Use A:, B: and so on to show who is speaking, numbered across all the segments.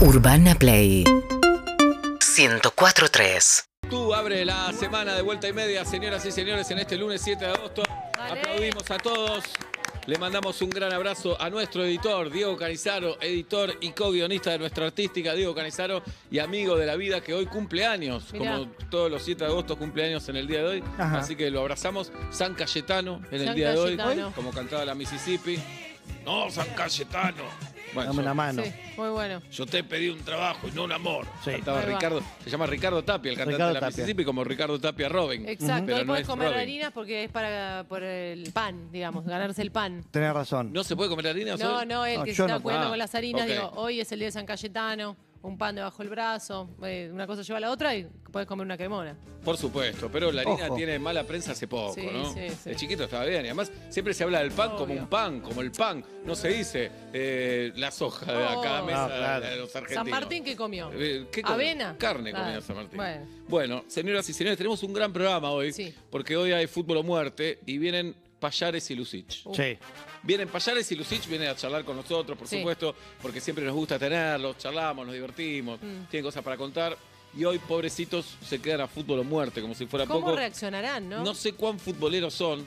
A: Urbana Play 104.3
B: Tú abre la semana de vuelta y media, señoras y señores, en este lunes 7 de agosto. Aplaudimos a todos. Le mandamos un gran abrazo a nuestro editor, Diego Canizaro, editor y co-guionista de nuestra artística, Diego Canizaro, y amigo de la vida que hoy cumple años,
C: Mirá.
B: como todos los 7 de agosto cumple años en el día de hoy.
D: Ajá.
B: Así que lo abrazamos. San Cayetano en el
C: San
B: día de
C: Cayetano.
B: hoy, como cantaba la Mississippi. No, San Cayetano. Bueno,
D: Dame
B: yo-
D: una mano.
C: Sí, muy bueno.
B: yo te pedí un trabajo y no un amor.
D: Sí.
B: Cantaba
C: Ahí va.
B: Ricardo, se llama Ricardo Tapia, el cantante
D: Ricardo
B: de la
D: Tapia.
B: Mississippi, como Ricardo Tapia Robin.
C: Exacto,
B: Pero
C: hoy
B: no
C: podés
B: es
C: comer
B: Robin.
C: harinas porque es para por el pan, digamos, ganarse el pan.
D: Tenés razón.
B: ¿No se puede comer harina?
C: No,
B: ¿Soy-
C: no, el
D: No,
C: que se
D: yo
C: está
D: no.
C: cuidando
B: Ah,
C: con las harinas,
B: ok.
C: digo, hoy es el día de San Cayetano, un pan debajo del brazo, eh, una cosa lleva a la otra y podés comer una cremona.
B: Por supuesto, pero la harina
D: Ojo.
B: tiene mala prensa hace poco,
C: Sí,
B: ¿no?
C: sí, sí.
B: De chiquito estaba bien. Y además siempre se habla del pan como
C: Obvio.
B: un pan, como el pan. No se dice eh, la soja de a
C: Oh.
B: cada mesa
D: No, claro.
B: de los argentinos.
C: San Martín, ¿qué comió?
B: Eh, ¿Qué comió?
C: ¿Avena?
B: Carne
C: Nada.
B: comía San Martín. Bueno.
C: Bueno.
B: señoras y señores, tenemos un gran programa hoy.
C: Sí.
B: Porque hoy hay fútbol o muerte y vienen Payares y Lucich.
D: Sí.
B: Uh, Vienen Payares y Lucich, vienen a charlar con nosotros, por
C: Sí.
B: supuesto, porque siempre nos gusta tenerlos, charlamos, nos divertimos,
C: Mm.
B: tienen cosas para contar. Y hoy, pobrecitos, se quedan a fútbol o muerte, como si fuera
C: ¿Cómo
B: poco.
C: reaccionarán, no?
B: No sé cuán futboleros son.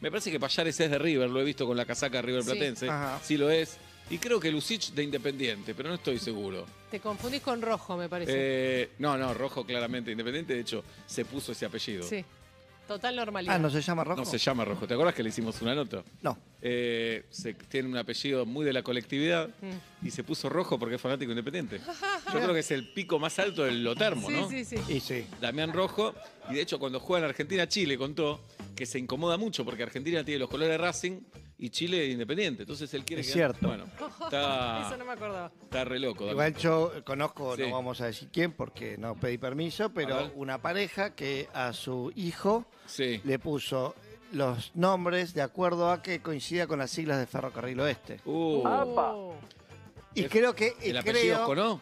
B: Me parece que Payares es de River, lo he visto con la casaca River
C: Sí.
B: Platense.
D: Ajá.
B: Sí lo es. Y creo que Lucich de Independiente, pero no estoy seguro.
C: Te confundís con rojo, me parece.
B: Eh, no, no, Rojo claramente Independiente, de hecho, se puso ese apellido.
C: sí. Total normalidad.
D: Ah, ¿no se llama rojo?
B: No se llama Rojo. ¿Te acuerdas que le hicimos una nota?
D: No.
B: Eh, se, tiene un apellido muy de la colectividad
C: Mm.
B: y se puso rojo porque es fanático independiente. Yo creo que es el pico más alto del Lotermo,
C: sí,
B: ¿no?
C: sí, sí.
D: Y sí.
B: Damián Rojo, y de hecho cuando juega en Argentina-Chile contó que se incomoda mucho porque Argentina tiene los colores Racing y Chile de Independiente. Entonces él quiere
D: Es
B: que.
D: cierto.
B: Bueno,
C: Eso no
B: está,
C: me acordaba.
B: está re loco. Damián.
D: Igual yo conozco,
B: Sí.
D: no vamos a decir quién porque no pedí permiso,
B: A
D: pero
B: ver.
D: una pareja que a su hijo
B: Sí.
D: le puso los nombres de acuerdo a que coincida con las siglas de Ferrocarril Oeste.
B: Uh,
C: Oh.
D: Y
B: Es-
D: creo que... y
B: el apellido
D: creo,
B: Cono.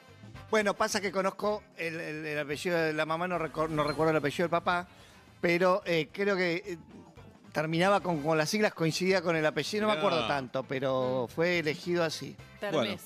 D: Bueno, pasa que conozco el, el- el apellido de la mamá, no, recor- no recuerdo el apellido del papá, pero eh, creo que eh, terminaba con, con las siglas, coincidía con el apellido, no me
B: Mirá.
D: acuerdo tanto, pero
C: Mm.
D: fue elegido así.
C: Termes.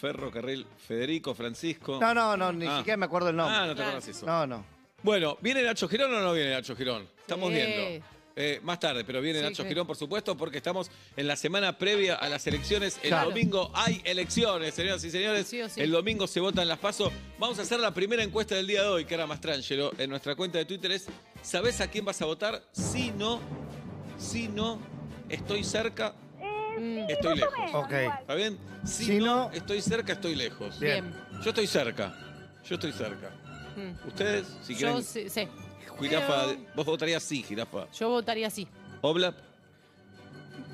B: Ferrocarril Federico Francisco.
D: No, no, no, ni
B: Ah.
D: siquiera me acuerdo el nombre.
B: Ah, no te
C: Claro.
B: acordás eso.
D: No, no.
B: Bueno, ¿viene Nacho Girón o no viene Nacho Girón? Estamos
C: Sí.
B: viendo. Eh, más tarde, pero viene
C: Sí,
B: Nacho
C: sí.
B: Girón, por supuesto, porque estamos en la semana previa a las elecciones. El
D: Claro.
B: domingo hay elecciones, señoras y señores.
C: Sí o sí.
B: El domingo se votan las PASO. Vamos a hacer la primera encuesta del día de hoy, que era Mastrangelo. En nuestra cuenta de Twitter es, ¿sabés a quién vas a votar? Si no, si no, estoy cerca,
C: Mm,
B: estoy lejos.
D: Ok.
B: ¿Está bien? Si,
D: Si
B: no,
D: no-
B: estoy cerca, estoy lejos.
C: Bien.
B: Yo estoy cerca. Yo estoy cerca.
C: Mm.
B: Ustedes, si quieren...
C: Yo sí, sí.
B: Jirafa,
C: Pero-
B: vos votarías sí, jirafa.
C: Yo votaría así.
B: Oblap,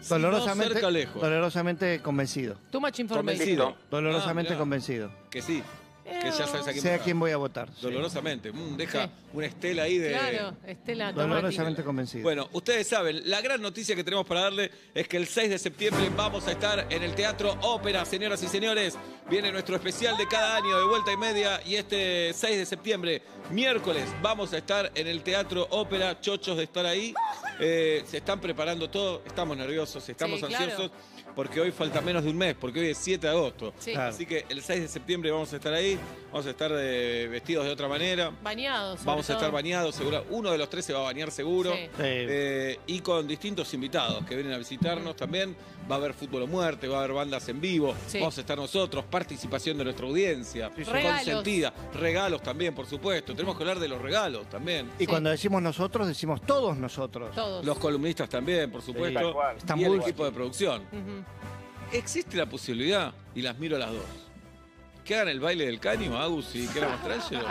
D: Dolorosamente,
B: cerca o lejos.
D: dolorosamente convencido.
C: Too much information.
B: convencido.
D: Dolorosamente
B: Ah, mirá.
D: convencido.
B: Que sí, que ya sabes a quién
D: Sé a
B: votar.
D: quién voy a votar. sí.
B: Dolorosamente, mm, deja
C: Sí.
B: una estela ahí de...
C: Claro, Estela, Tomati.
D: Dolorosamente convencido.
B: Bueno, ustedes saben, la gran noticia que tenemos para darle es que el 6 de septiembre vamos a estar en el Teatro Ópera, señoras y señores. Viene nuestro especial de cada año de vuelta y media y este 6 de septiembre, miércoles, vamos a estar en el Teatro Ópera, chochos de estar ahí. Eh, se están preparando todo, estamos nerviosos, estamos
C: Sí, claro.
B: ansiosos, porque hoy falta menos de un mes, porque hoy es 7 de agosto.
C: Sí.
D: Claro.
B: Así que el 6 de septiembre vamos a estar ahí, vamos a estar eh, vestidos de otra manera.
C: Bañados. sobre
B: Vamos a estar
C: todo.
B: bañados, seguro. Uno de los tres se va a bañar seguro.
C: Sí.
D: Sí.
B: Eh, y con distintos invitados que vienen a visitarnos también. Va a haber fútbol o muerte, va a haber bandas en vivo,
C: Sí.
B: vamos a estar nosotros, participación de nuestra audiencia,
C: sí. Regalos.
B: consentida, regalos también, por supuesto. Tenemos que hablar de los regalos también.
D: Y cuando decimos nosotros, decimos todos nosotros.
C: Todos.
B: Los columnistas también, por
D: Tal
B: supuesto.
D: cual. Está
B: y el
D: muy
B: equipo de producción.
C: Ujú.
B: Existe la posibilidad, y las miro a las dos, que hagan el baile del caño, Agus y que era Mastrangelo.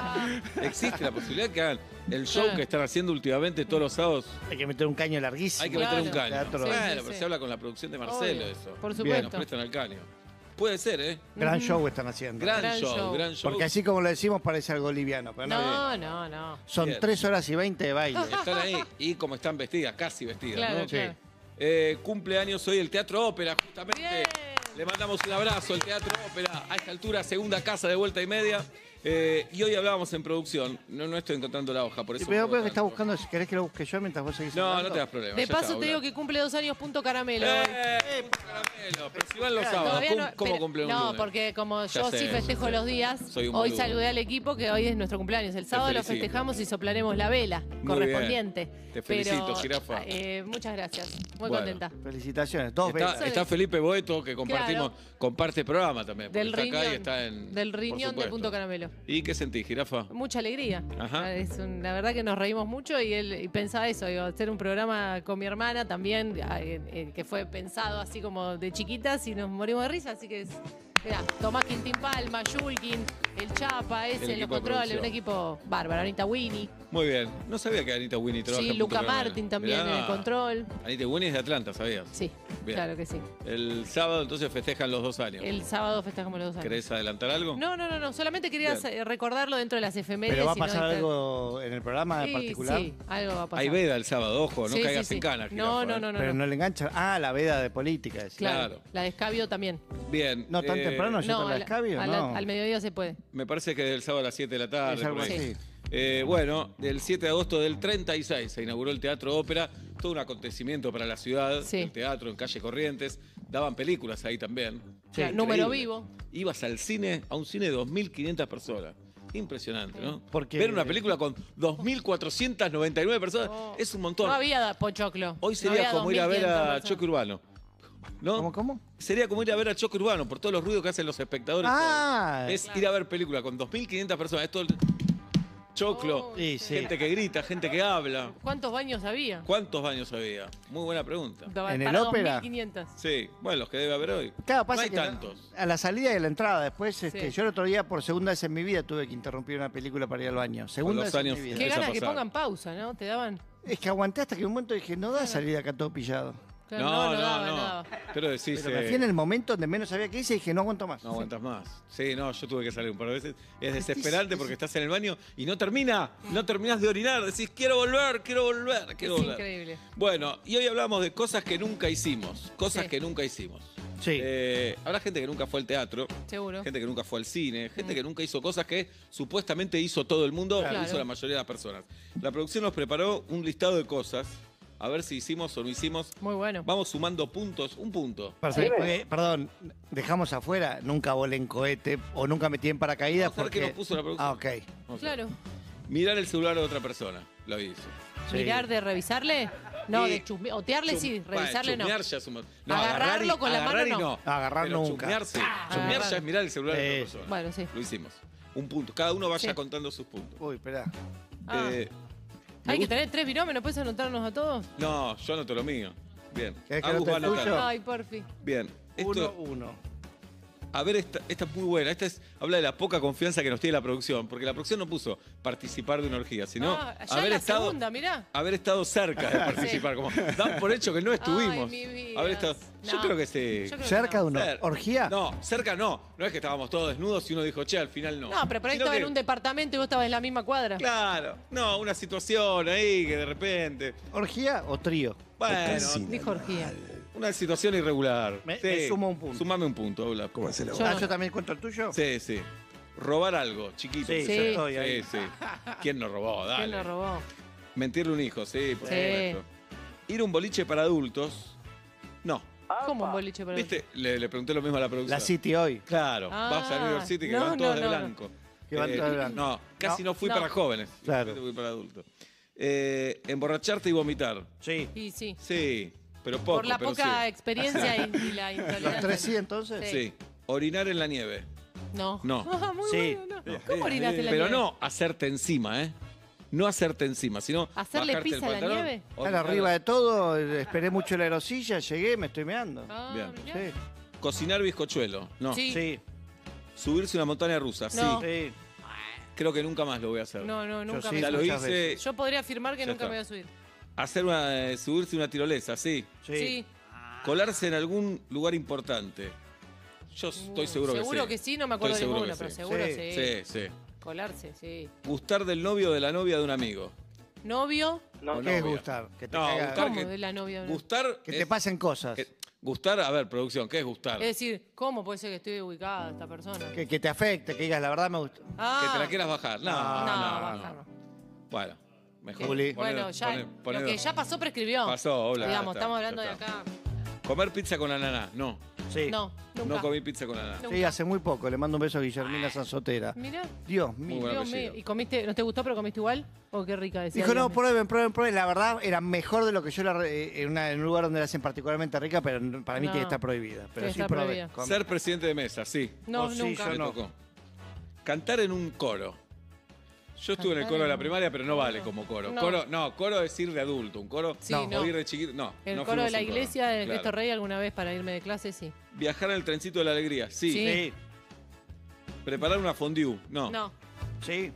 B: Existe la posibilidad que hagan el show
C: Sí.
B: que están haciendo últimamente todos los sábados.
D: Hay que meter un caño larguísimo.
B: Hay que
C: Claro.
B: meter un caño.
D: Teatro.
B: Bueno,
C: Sí, sí,
B: pero
C: sí.
B: se habla con la producción de Marcelo
C: Obvio,
B: eso.
D: Bien.
C: Por
B: Nos
C: supuesto.
B: prestan el caño. Puede ser, ¿eh?
D: Gran show están haciendo.
B: Gran,
C: Gran
B: show,
C: show.
B: gran show.
D: Porque así como lo decimos parece algo liviano, pero no.
C: no, no, no.
D: Son
B: Bien.
D: tres horas y veinte de baile.
B: Están ahí y como están vestidas, casi vestidas,
C: Claro,
B: ¿no?
D: Sí.
C: claro.
B: Eh, cumpleaños hoy el Teatro Ópera, justamente.
C: Bien.
B: Le mandamos un abrazo al Teatro Ópera. A esta altura, segunda casa de vuelta y media. Eh, y hoy hablábamos en producción. No, no estoy encontrando la hoja, por eso.
D: Pero
B: puedo
D: creo que está
B: tanto.
D: buscando, si querés que lo busque yo mientras vos seguís
B: No,
D: hablando.
B: no te das problema.
C: De
B: ya
C: paso
B: está,
C: te digo
B: Blas.
C: que cumple dos años punto caramelo. hoy.
B: ¡Eh! puto Caramelo, pero si van los sábados,
C: Todavía
B: ¿cómo,
C: no-
B: cómo
C: pero-
B: cumple un
C: No,
B: lunes?
C: porque como
B: Ya
C: yo
B: sé,
C: sí
B: ya
C: festejo
B: sé.
C: los días,
B: Soy un
C: hoy
B: boludo.
C: saludé al equipo que hoy es nuestro cumpleaños. El sábado lo
B: felicito.
C: festejamos y soplaremos la vela
B: Muy
C: correspondiente.
B: Te felicito,
C: Pero,
B: jirafa.
C: eh, muchas gracias. Muy
B: Bueno.
C: contenta.
D: Felicitaciones, dos veces.
B: Está, está Felipe Boeto, que compartimos, comparte programa también. porque
C: Del
B: está
C: riñón,
B: acá y está en.
C: del
B: por
C: riñón de
B: supuesto.
C: Punto Caramelo.
B: ¿Y qué sentís, jirafa?
C: Mucha alegría. Ah,
B: Ajá.
C: Es un- la verdad que nos reímos mucho y él y pensaba eso, digo, hacer un programa con mi hermana también, ah, eh, eh, que fue pensado así como de chiquitas y nos morimos de risa, así que es, mirá, Tomás Quintín Palma, Yulkin, el Chapa,
B: El
C: ese, los
B: equipo de
C: controles, un
B: producción.
C: equipo bárbaro, Anita Winnie,
B: Muy bien. No sabía que Anita Winnie trabaja
C: sí,
B: en Punto
C: Luca
B: Caramelo.
C: Martín también
B: Mirá.
C: en el control.
B: Anita Winnie es de Atlanta, ¿sabías?
C: Sí,
B: Bien.
C: claro que sí.
B: El sábado entonces festejan los dos años.
C: El sábado festejamos los dos años.
B: ¿Querés adelantar algo?
C: No, no, no, no, solamente quería
B: Bien.
C: eh, recordarlo dentro de las efemérides.
D: Pero va a
C: y no
D: pasar
C: inter-
D: algo en el programa en
C: Sí,
D: particular.
C: Sí, algo va a pasar.
B: Hay veda el sábado, ojo, no
C: Sí,
B: caigas
C: sí, sí.
B: en cana.
C: No,
B: jirafa,
C: no,
B: ¿eh?
C: no, no.
D: Pero
C: no.
D: no le engancha. Ah, la veda de política. es.
C: Claro.
B: Claro.
C: La de escabio también.
B: Bien.
D: No, tan
B: eh,
D: temprano, yo te la
C: al-
D: escabio,
C: al,
D: no.
C: al mediodía se puede.
B: Me parece que del sábado a las 7 de la tarde.
D: Es algo
B: por ahí.
D: así. Sí.
B: Eh, bueno, del 7 de agosto del 36 se inauguró el Teatro Ópera, todo un acontecimiento para la ciudad,
C: Sí.
B: el teatro en calle Corrientes, daban películas ahí también.
C: Sí.
B: Increíble.
C: Número vivo.
B: Ibas al cine, a un cine de 2.500 personas. Impresionante, ¿no?
D: Porque-
B: Ver una película con 2.499 personas
C: No.
B: es un montón.
C: Oh. No había pochoclo.
B: Hoy
C: No
B: sería
C: había
B: como ir a ver
C: 2500
B: a
C: personas.
B: Choque Urbano. ¿No?
D: ¿Cómo, cómo?
B: Sería como ir a ver a Choque Urbano por todos los ruidos que hacen los espectadores.
D: Ah.
B: todo. es ir a ver película con 2.500 personas. Es todo el choclo,
C: Oh,
D: Sí, sí.
B: gente que grita, gente que habla.
C: ¿Cuántos baños había?
B: ¿Cuántos baños había? Muy buena pregunta.
C: Para
D: ¿En el ópera?
C: 2500.
B: Sí, bueno, los que debe haber hoy.
D: Claro, pasa
B: no hay
D: que
B: tantos.
D: a la salida y a la entrada. Después, este,
C: Sí.
D: yo el otro día, por segunda vez en mi vida, tuve que interrumpir una película para ir al baño. Segunda
B: los
D: vez en
B: años
D: mi
B: que
D: vida.
C: Qué
B: Empieza a
C: ganas que
B: pasar.
C: pongan pausa, ¿no? Te daban.
D: Es que aguanté hasta que un momento dije, no da salida acá todo pillado.
C: Claro, no, no, daba, no daba.
B: Pero decís.
D: Pero me
B: eh,
D: fui en el momento donde menos sabía qué hice y dije, no aguanto más.
B: No aguantas más. Sí, no, yo tuve que salir un par de veces. Es desesperante porque estás en el baño y no termina. No terminas de orinar. Decís, quiero volver, quiero volver, quiero
C: Es
B: volver.
C: increíble.
B: Bueno, y hoy hablamos de cosas que nunca hicimos. Cosas
C: Sí.
B: que nunca hicimos.
D: Sí.
B: Eh, habrá gente que nunca fue al teatro,
C: Seguro. Mm.
B: gente que nunca fue al cine, gente que nunca hizo cosas que supuestamente hizo todo el mundo,
C: Claro.
B: hizo la mayoría de las personas. La producción nos preparó un listado de cosas. A ver si hicimos o no hicimos.
C: Muy bueno.
B: Vamos sumando puntos, un punto.
D: Perfecto. Eh, perdón, dejamos afuera, nunca volé en cohete o nunca metí en paracaídas
B: Vamos a ver qué
D: porque...
B: nos puso la producción.
D: ah, ok.
B: Vamos a ver.
C: Claro.
B: Mirar el celular de otra persona, lo hice.
D: Sí.
C: Mirar de revisarle. No,
B: Y-
C: de chusme- otearle sí,
B: Chum-
C: revisarle
B: bueno,
C: no.
B: chusmear ya es un- no,
C: Agarrarlo
B: agarrar y-
C: con la
B: agarrar
C: mano,
B: y
C: no. Ah.
D: Agarrar
B: Pero
D: nunca.
B: chusmearse, chusmear ya es mirar el celular de otra
D: Sí.
B: persona.
C: Bueno, sí.
B: Lo hicimos. Un punto. Cada uno vaya
C: Sí.
B: contando sus puntos.
D: Uy, espera.
C: Ah.
B: Eh, me
C: Hay que
B: gusta-
C: tener tres binómenos, ¿puedes anotarnos a todos?
B: No, yo anoto lo mío. Bien.
D: ¿Querés que
B: Agus
D: anote
B: va a
D: el
B: anotar.
D: tuyo?
C: Ay, porfi.
B: Bien. Esto,
D: Uno, uno.
B: a ver, esta, esta es muy buena. Esta es, habla de la poca confianza que nos tiene la producción. Porque la producción no puso participar de una orgía, sino
C: Ah, ya
B: haber
C: en la
B: estado.
C: segunda, mirá.
B: Haber estado cerca de participar, como dan por hecho que no estuvimos.
C: mi vida.
B: Haber estado- Yo
C: No.
B: creo que sí.
C: Yo creo que
D: ¿Cerca
C: no.
D: de una
B: Cer-
D: orgía?
B: No, cerca no. No es que estábamos todos desnudos y uno dijo, che, al final no.
C: No, pero por ahí
B: Sino
C: estaba en
B: que-
C: un departamento y vos estabas en la misma cuadra.
B: Claro, no, una situación ahí que de repente.
D: ¿Orgía o trío?
B: Bueno,
C: Dijo orgía.
B: una situación irregular.
D: Me- me sumo un punto.
B: Sumame un punto, Ola. ¿Cómo hace la
C: Yo
D: ah,
C: no.
D: ¿yo también cuento el tuyo?
B: Sí, sí. Robar algo, chiquito.
D: Sí,
C: Sí.
D: yo
B: Sí,
D: estoy ahí.
B: sí. ¿Quién nos robó? Dale.
C: ¿Quién lo robó?
B: Mentirle a un hijo, sí, por
C: Sí.
B: supuesto. Ir a un boliche para adultos, no.
C: ¿Cómo un boliche para
B: ¿Viste? Le, le pregunté lo mismo a la producción.
D: La City hoy.
B: Claro,
C: Ah,
B: vas a New York City que
C: no,
B: van todos
C: no,
B: de
C: no, no.
B: blanco. Eh,
D: Que van todos de blanco.
B: No, casi no,
D: No.
B: fui
C: No.
B: para jóvenes.
D: Claro.
B: Fui para adultos. Eh, emborracharte y vomitar.
D: Sí.
C: Y sí.
B: Sí, pero poco.
C: por la
B: pero
C: poca
B: sí.
C: experiencia y, y la intolerancia.
D: ¿Los tres sí entonces?
C: Sí.
B: Sí. Orinar en la nieve.
C: No.
B: No.
C: Ah, Muy
D: Sí.
C: bueno, no. ¿Cómo orinaste en la
B: Pero
C: nieve?
B: no hacerte encima, ¿eh? No hacerte encima, sino.
C: ¿Hacerle
B: bajarte el
C: pis a la
B: pantalón,
C: nieve?
D: Estar
B: orinar.
D: arriba de todo, esperé mucho la erosilla, llegué, me estoy meando.
C: Ah,
B: Bien.
C: mirá.
D: Sí.
B: Cocinar bizcochuelo. No.
C: Sí.
D: Sí.
B: Subirse una montaña rusa.
C: No.
B: Sí.
D: Sí.
B: Creo que nunca más lo voy a hacer.
C: No, no, nunca
D: Yo
C: me
D: sí,
B: ya lo
C: subí.
D: muchas
B: hice.
C: Yo podría afirmar que
B: Ya
C: nunca
B: está.
C: me voy a subir.
B: Hacer una, eh, subirse una tirolesa, sí.
D: Sí.
C: Sí.
B: Colarse en algún lugar importante. Yo estoy seguro que sí.
C: Uh, Seguro que sí, no me acuerdo de
B: Estoy seguro
C: ninguno,
B: que
C: pero
B: sí.
C: seguro
D: Sí.
C: sí.
B: Sí, sí.
C: Colarse, sí.
B: Gustar del novio o de la novia de un amigo.
C: Novio.
B: No,
D: ¿Qué es gustar? Que te,
B: No,
D: caiga-
B: gustar-
C: ¿Cómo
B: que-
C: de la novia?
B: Gustar.
D: que
B: es-
D: te pasen cosas.
B: que- Gustar, a ver, producción, ¿qué es gustar?
C: Es decir, ¿cómo puede ser que esté ubicada esta persona?
D: Que, que te afecte, que digas, la verdad me gusta.
B: Que te
C: Ah,
B: la quieras bajar. No,
D: No,
B: no, no.
C: bajar
B: no. Bueno, mejor.
D: Juli.
C: Bueno,
B: Ponelo,
C: ya
B: ponelo, ponelo.
C: lo que ya pasó prescribió.
B: Pasó, hola,
C: Digamos,
B: ya está,
C: estamos hablando
B: ya
C: de
B: está.
C: acá.
B: Comer pizza con ananá, no.
D: Sí.
C: No, nunca.
B: No comí pizza con ananá.
C: No.
D: Sí, hace muy poco. Le mando un beso a Guillermina Sanzotera.
C: Mirá,
D: Dios
B: Muy
D: mío.
B: buen
C: Dios
B: apellido.
C: mío. ¿Y comiste, no te gustó, pero comiste igual? ¿O qué rica decía?
D: Dijo, no,
C: Dios mío.
D: prueben, prueben, prueben. La verdad, era mejor de lo que yo la re- eh, en, una- en un lugar donde la hacen particularmente rica, pero n- para mí
C: No.
D: tiene que estar prohibida. Pero
C: Sí,
D: sí,
C: está
D: probé.
C: prohibida.
D: Com-
B: Ser presidente de mesa, sí.
C: Ah, No,
D: Oh, sí,
C: nunca.
D: yo
B: Me
D: no.
B: tocó. Cantar en un coro. Yo estuve en el
C: Cantar
B: coro de
C: en
B: la
C: un
B: primaria, pero no
C: coro.
B: vale como coro.
C: No.
B: Coro, no, coro es ir de adulto. Un coro
C: Sí,
B: no.
C: no.
B: o ir de chiquito. No.
C: El
B: no
C: coro de
B: fuimos
C: la
B: un coro.
C: iglesia de
B: Claro.
C: Cristo Rey alguna vez para irme de clase, sí.
B: Viajar en el trencito de la alegría, sí.
C: Sí.
D: Sí,
B: Preparar una fondue, no.
C: No.
D: sí.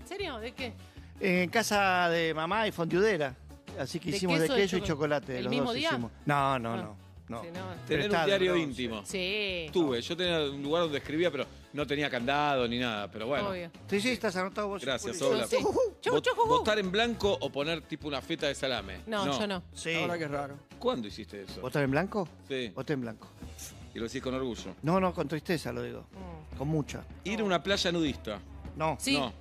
C: ¿En serio? ¿De qué?
D: En casa de mamá y fondiudera. Así que
C: ¿De
D: hicimos de
C: queso de
D: queso y
C: choco-
D: chocolate.
C: el
D: los
C: mismo
D: dos
C: día?
D: hicimos. No, no,
C: Ah.
D: no. no.
C: Sí, no.
D: Pero
B: Tener un
D: está
B: diario
D: dulce.
B: íntimo.
C: Sí,
B: Tuve, yo tenía un lugar donde escribía, pero no tenía candado ni nada, pero bueno.
C: obvio.
D: Sí, sí, estás anotado vos.
B: Gracias,
D: Juli.
B: Ola.
C: Yo sí. Chau,
B: Vot-
C: chau, chau.
B: ¿Votar en blanco o poner tipo una feta de salame?
C: No, yo no.
D: Sí.
A: es raro.
B: ¿Cuándo hiciste eso?
D: ¿Votar en blanco?
B: Sí.
D: Voté en blanco.
B: Y lo decís con orgullo.
D: No, no, con tristeza lo digo. Con mucha.
B: Ir a una playa nudista.
D: No.
C: Sí.
B: No.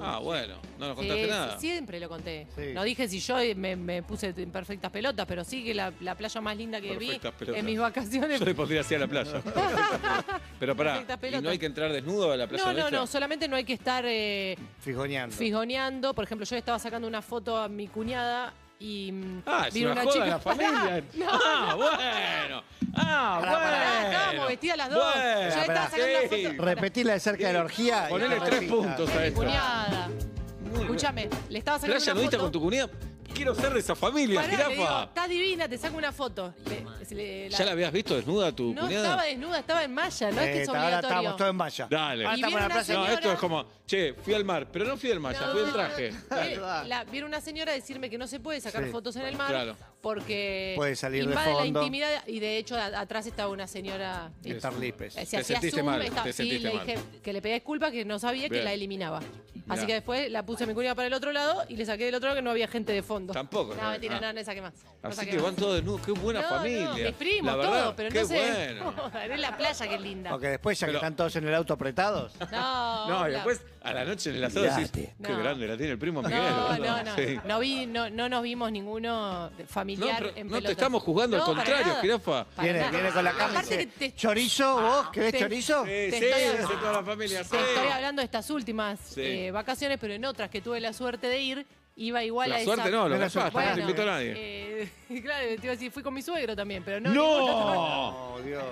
B: Ah, bueno, no nos
C: Sí,
B: contaste
C: sí,
B: nada.
C: siempre lo conté.
D: Sí.
C: No dije si yo me, me puse en perfectas pelotas, pero sí que la, la playa más linda que
B: Perfectas
C: vi
B: pelotas.
C: en mis vacaciones.
B: Yo le pondría así a la playa. Pero pará,
C: Perfectas
B: ¿y no
C: pelotas.
B: hay que entrar desnudo a la playa
C: no, no,
B: nudista?
C: no, solamente no hay que estar eh,
D: Fijoneando.
C: fijoneando. Por ejemplo, yo le estaba sacando una foto a mi cuñada y mm,
B: Ah, es
C: vino
B: una,
C: una,
B: joda
C: chica.
B: de la familia. ah, bueno. Ah,
D: Pará,
B: bueno.
D: pará.
C: Pará, estábamos vestidas las dos.
B: Bueno.
C: yo le estaba
D: pará.
C: sacando
B: Sí.
C: una foto. Pará.
D: Repetila de cerca de la orgía. y
B: Ponele
D: la
B: tres
D: repita.
B: puntos a
C: Mi
B: esto.
C: cuñada.
B: Muy bien.
C: Escúchame, le estaba sacando
B: Playa
C: una
B: nudista
C: foto.
B: con tu cuñada. Quiero ser de esa familia,
C: Pará, le digo,
B: jirafa.
C: Estás divina, te saco una foto. Le- se le- la-
B: ¿Ya la habías visto desnuda a tu
C: no
B: cuñada?
C: estaba desnuda, estaba en malla, no es que es
D: Eh, ahora estamos todos
C: obligatorio.
D: en valla.
B: Dale.
D: Ahora estamos
C: Y
D: en
C: viene
D: la
C: una
D: plaza.
B: No,
C: señora-
B: esto es como, che, fui al mar, pero no fui al mar, ya fui al traje.
C: Eh, la- vieron una señora decirme que no se puede sacar
D: Sí.
C: fotos en el mar
B: Claro.
C: porque
D: Puede salir de
C: invade la
D: fondo.
C: intimidad y de hecho a- atrás estaba una señora.
D: Y
C: Eh,
D: estar lipes.
C: Si
B: Pues, Te
C: hacía
B: sentiste
C: zoom,
B: mal,
C: estaba-
B: te
C: sí,
B: sentiste
C: le
B: mal.
C: dije que le pedía disculpa que no sabía
B: Bien.
C: que la eliminaba.
B: Mirá.
C: Así que después la puse a mi cuñada para el otro lado y le saqué del otro lado que no había gente de fondo.
B: Tampoco,
C: No,
B: ¿no?
C: mentira,
B: Ah.
C: no, no le saqué más. No
B: Así
C: saqué
B: que
C: más.
B: van todos desnudos, qué buena
C: No, no,
B: familia.
C: mis primos,
B: la verdad,
C: todo, pero
B: qué
C: no sé.
B: bueno.
C: es la playa que es linda.
D: Porque después, ya
B: Pero-
D: que están todos en el auto apretados,
C: No,
B: No, y
C: la-
B: después a la noche en el asado decís, qué
A: Mirate.
C: No.
B: grande la tiene el primo Miguel.
C: No,
B: boludo.
C: no, no.
B: Sí.
C: No, vi, no, no nos vimos ninguno de- familiar
B: No,
C: en
B: pero
C: en
B: no te
C: pelotas.
B: estamos juzgando, al
C: No, para
B: contrario,
C: nada.
B: jirafa.
C: Para
D: viene,
C: nada.
D: viene con la cama.
C: Aparte
D: y
C: que te, Ah,
D: dice, ¿Chorizo vos? ¿Querés
C: te-
D: chorizo?
B: Sí,
C: Te
B: sí,
C: estoy-
B: es de toda la familia.
C: te
B: sí.
C: estoy hablando de estas últimas
B: Sí.
C: eh, vacaciones, pero en otras que tuve la suerte de ir, iba igual a
B: La
C: esa-
B: suerte no, lo
D: Era
B: gastaste,
D: suerte.
B: no te
C: Bueno,
B: invitó a nadie.
C: eh, claro, te iba a decir, fui con mi suegro también, pero no. ninguno-
B: ¡No!
D: Oh, Dios.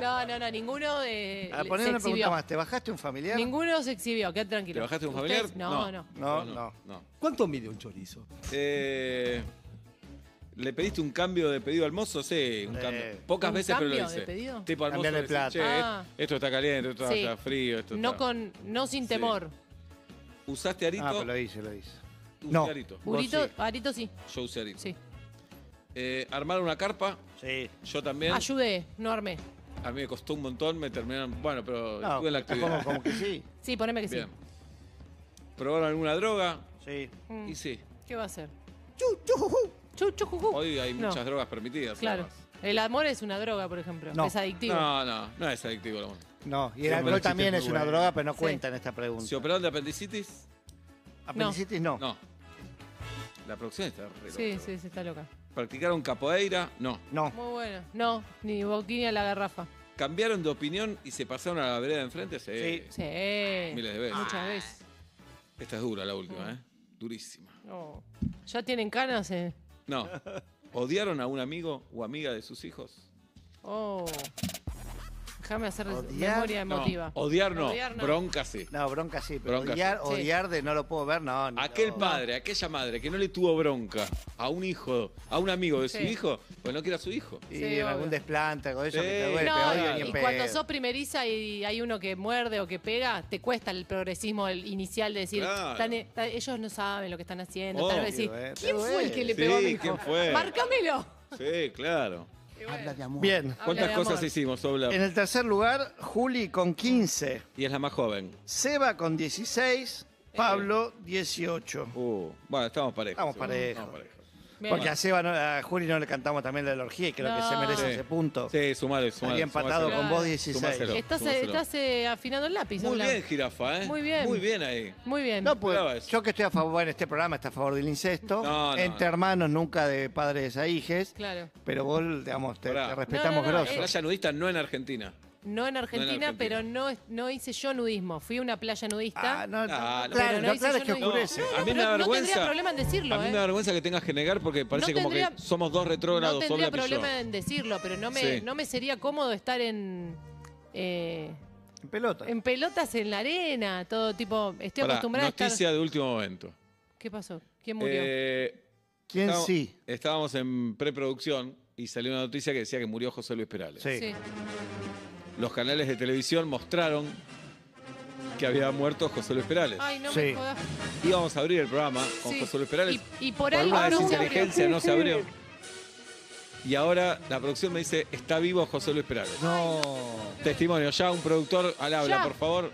C: no, no, no, ninguno eh,
D: A poner Ah, una
C: le- se
D: pregunta
C: exhibió.
D: más. ¿Te bajaste un familiar?
C: Ninguno se exhibió, quédate tranquilo.
B: ¿Te bajaste con un
C: Ustedes-
B: familiar?
C: No, no.
D: No,
B: no.
D: no.
B: no.
A: ¿Cuánto mide un chorizo?
B: Eh, ¿Le pediste un cambio de pedido al mozo? Sí, un
D: Eh.
B: cambio. Pocas
C: ¿Un
B: veces, pero lo
C: cambio
B: hice.
C: de pedido?
B: Tipo al mozo
D: Cambiarle
B: le
D: el plato.
B: decís, "Che,
C: Ah.
B: esto está caliente, esto
C: Sí.
B: está frío, esto
C: No
B: está...
C: con, no sin
B: Sí.
C: temor.
B: ¿Usaste arito?
D: Ah, pero lo hice, lo hice.
B: Usé
D: no.
B: arito.
D: Vos
C: Burito,
D: sí.
C: Arito sí,
B: Yo usé arito.
C: sí.
B: Eh, armar una carpa,
D: Sí.
B: yo también.
C: Ayudé, no armé.
B: A mí me costó un montón, me terminaron... Bueno, pero
D: No,
B: estuve en la
D: como,
B: actividad.
D: como que sí.
C: Sí, poneme que
B: Bien.
C: sí.
B: ¿Probaron alguna droga?
D: Sí.
C: Mm.
B: Y sí.
C: ¿Qué va a hacer? Chu, chu, ju, ju.
B: Hoy hay
C: No,
B: muchas drogas permitidas.
C: Claro.
B: además.
C: El amor es una droga, por ejemplo.
D: No.
C: Es adictivo.
B: No, no, no es adictivo. lo bueno.
D: No, y el
B: Sí, pero
D: alcohol
B: el
D: también
A: chiste
D: es
A: es muy
D: una
A: bueno.
D: droga, pero no
C: Sí.
D: cuenta en esta pregunta.
B: ¿Se operaron de apendicitis?
D: Apendicitis no.
B: No. La producción está re
C: Sí,
B: loca.
C: sí, sí, está loca.
B: ¿Practicaron capoeira? No.
D: No.
C: Muy bueno. No, ni boquini a la garrafa.
B: ¿Cambiaron de opinión y se pasaron a la vereda de enfrente? Sí.
C: Sí.
B: Miles de veces.
C: Muchas veces.
B: Esta es dura, la última, ¿eh? Durísima.
C: No. Oh. ¿Ya tienen canas? eh?
B: No. ¿Odiaron a un amigo o amiga de sus hijos?
C: Oh. Déjame hacer
D: Odiar,
C: memoria
B: No.
C: emotiva.
B: Odiar no.
C: Odiar no.
B: Bronca sí.
D: No, bronca sí, pero
B: Bronca
D: odiar,
B: sí.
C: Sí.
D: odiar de no lo puedo ver, no. ni
B: Aquel
D: lo-
B: padre, aquella madre que no le tuvo bronca a un hijo, a un amigo de su
C: Sí.
B: hijo, pues no quiere a su hijo.
D: Y
C: Sí,
D: en algún
C: obvio.
D: desplante, algo de eso
B: Sí.
D: que te duele,
C: No,
D: pero
B: odio
D: odio
C: y-
D: ni
C: y,
D: en
C: cuando
D: pedo.
C: sos primeriza y hay uno que muerde o que pega, te cuesta el progresismo el inicial de decir,
B: Claro.
C: "Están- está- ellos no saben lo que están haciendo. tal vez
B: Obvio,
C: decís,
D: eh, te
C: ¿quién fue el
D: duele".
C: que le
B: Sí,
C: pegó a mi hijo?
B: ¿quién fue?
C: ¡Márcamelo!
B: Sí, claro.
A: Habla de amor.
D: Bien.
B: ¿Cuántas
C: de
B: cosas
C: amor.
B: hicimos, Obla?
D: En el tercer lugar, Juli con 15,
B: Y es la más joven.
D: Seba con 16, Pablo 18.
C: Eh.
B: Uh, bueno, estamos parejos.
D: Estamos
B: igual,
D: parejos.
B: estamos parejos.
C: Bien.
D: Porque a Seba, no- a Juli no le cantamos también la de la orgía y creo que se
C: No.
D: merece
B: Sí.
D: ese punto.
B: Sí, sumale, sumale.
D: Había empatado con
B: sumáselo.
D: vos 16.
B: Sumáselo.
C: Estás,
B: sumáselo.
C: estás eh, afinando el lápiz,
B: Muy
C: Oblak.
B: bien, jirafa, ¿eh?
C: Muy bien.
B: Muy bien ahí.
C: Muy bien.
D: No, pues
B: Mirá vos.
D: yo que estoy a favor, en este programa está a favor del incesto,
B: No, no,
D: entre
B: no.
D: hermanos, nunca de padres a hijes,
C: Claro.
D: pero vos, digamos, te,
B: Pará.
D: te respetamos
C: No, no, no,
D: grosso.
B: Playa nudista no en Argentina.
C: No en Argentina,
B: Argentina.
C: pero no, es- no hice yo nudismo. Fui a una playa nudista.
D: Ah, no,
B: Ah,
D: claro,
B: no,
C: pero no
D: lo
C: hice
D: claro es
C: yo
D: que
C: nudismo.
D: oscurece.
B: No,
C: No,
B: A mí me
C: pero
B: da
C: No
B: vergüenza.
C: tendría problema en decirlo,
B: A mí
C: ¿eh?
B: me da vergüenza que tengas que negar porque parece como que
C: tendría-
B: somos dos
C: No
B: retrógrados,
C: tendría
B: Oblak y yo.
C: problema en decirlo, pero no me,
B: Sí.
C: no me sería cómodo estar en. eh,
D: En pelota.
C: en pelotas en la arena, todo tipo. Estoy
B: Pará,
C: acostumbrada a
B: noticia
C: estar.
B: de último momento.
C: ¿Qué pasó? ¿Quién murió?
B: Eh,
D: ¿Quién
B: estábamos-
D: sí?
B: Estábamos en preproducción y salió una noticia que decía que murió José Luis Perales.
D: Sí.
C: Sí.
B: Los canales de televisión mostraron que había muerto José Luis Perales.
C: Ay, no me
D: Sí.
C: jodas.
B: Íbamos a abrir el programa con
C: Sí.
B: José Luis Perales.
C: Y, y por,
B: Por,
C: algo
B: una
C: no se abrió.
B: desinteligencia no se abrió. Y ahora la producción me dice, está vivo José Luis Perales.
D: No.
B: Testimonio, ya un productor al habla,
C: Ya.
B: por favor.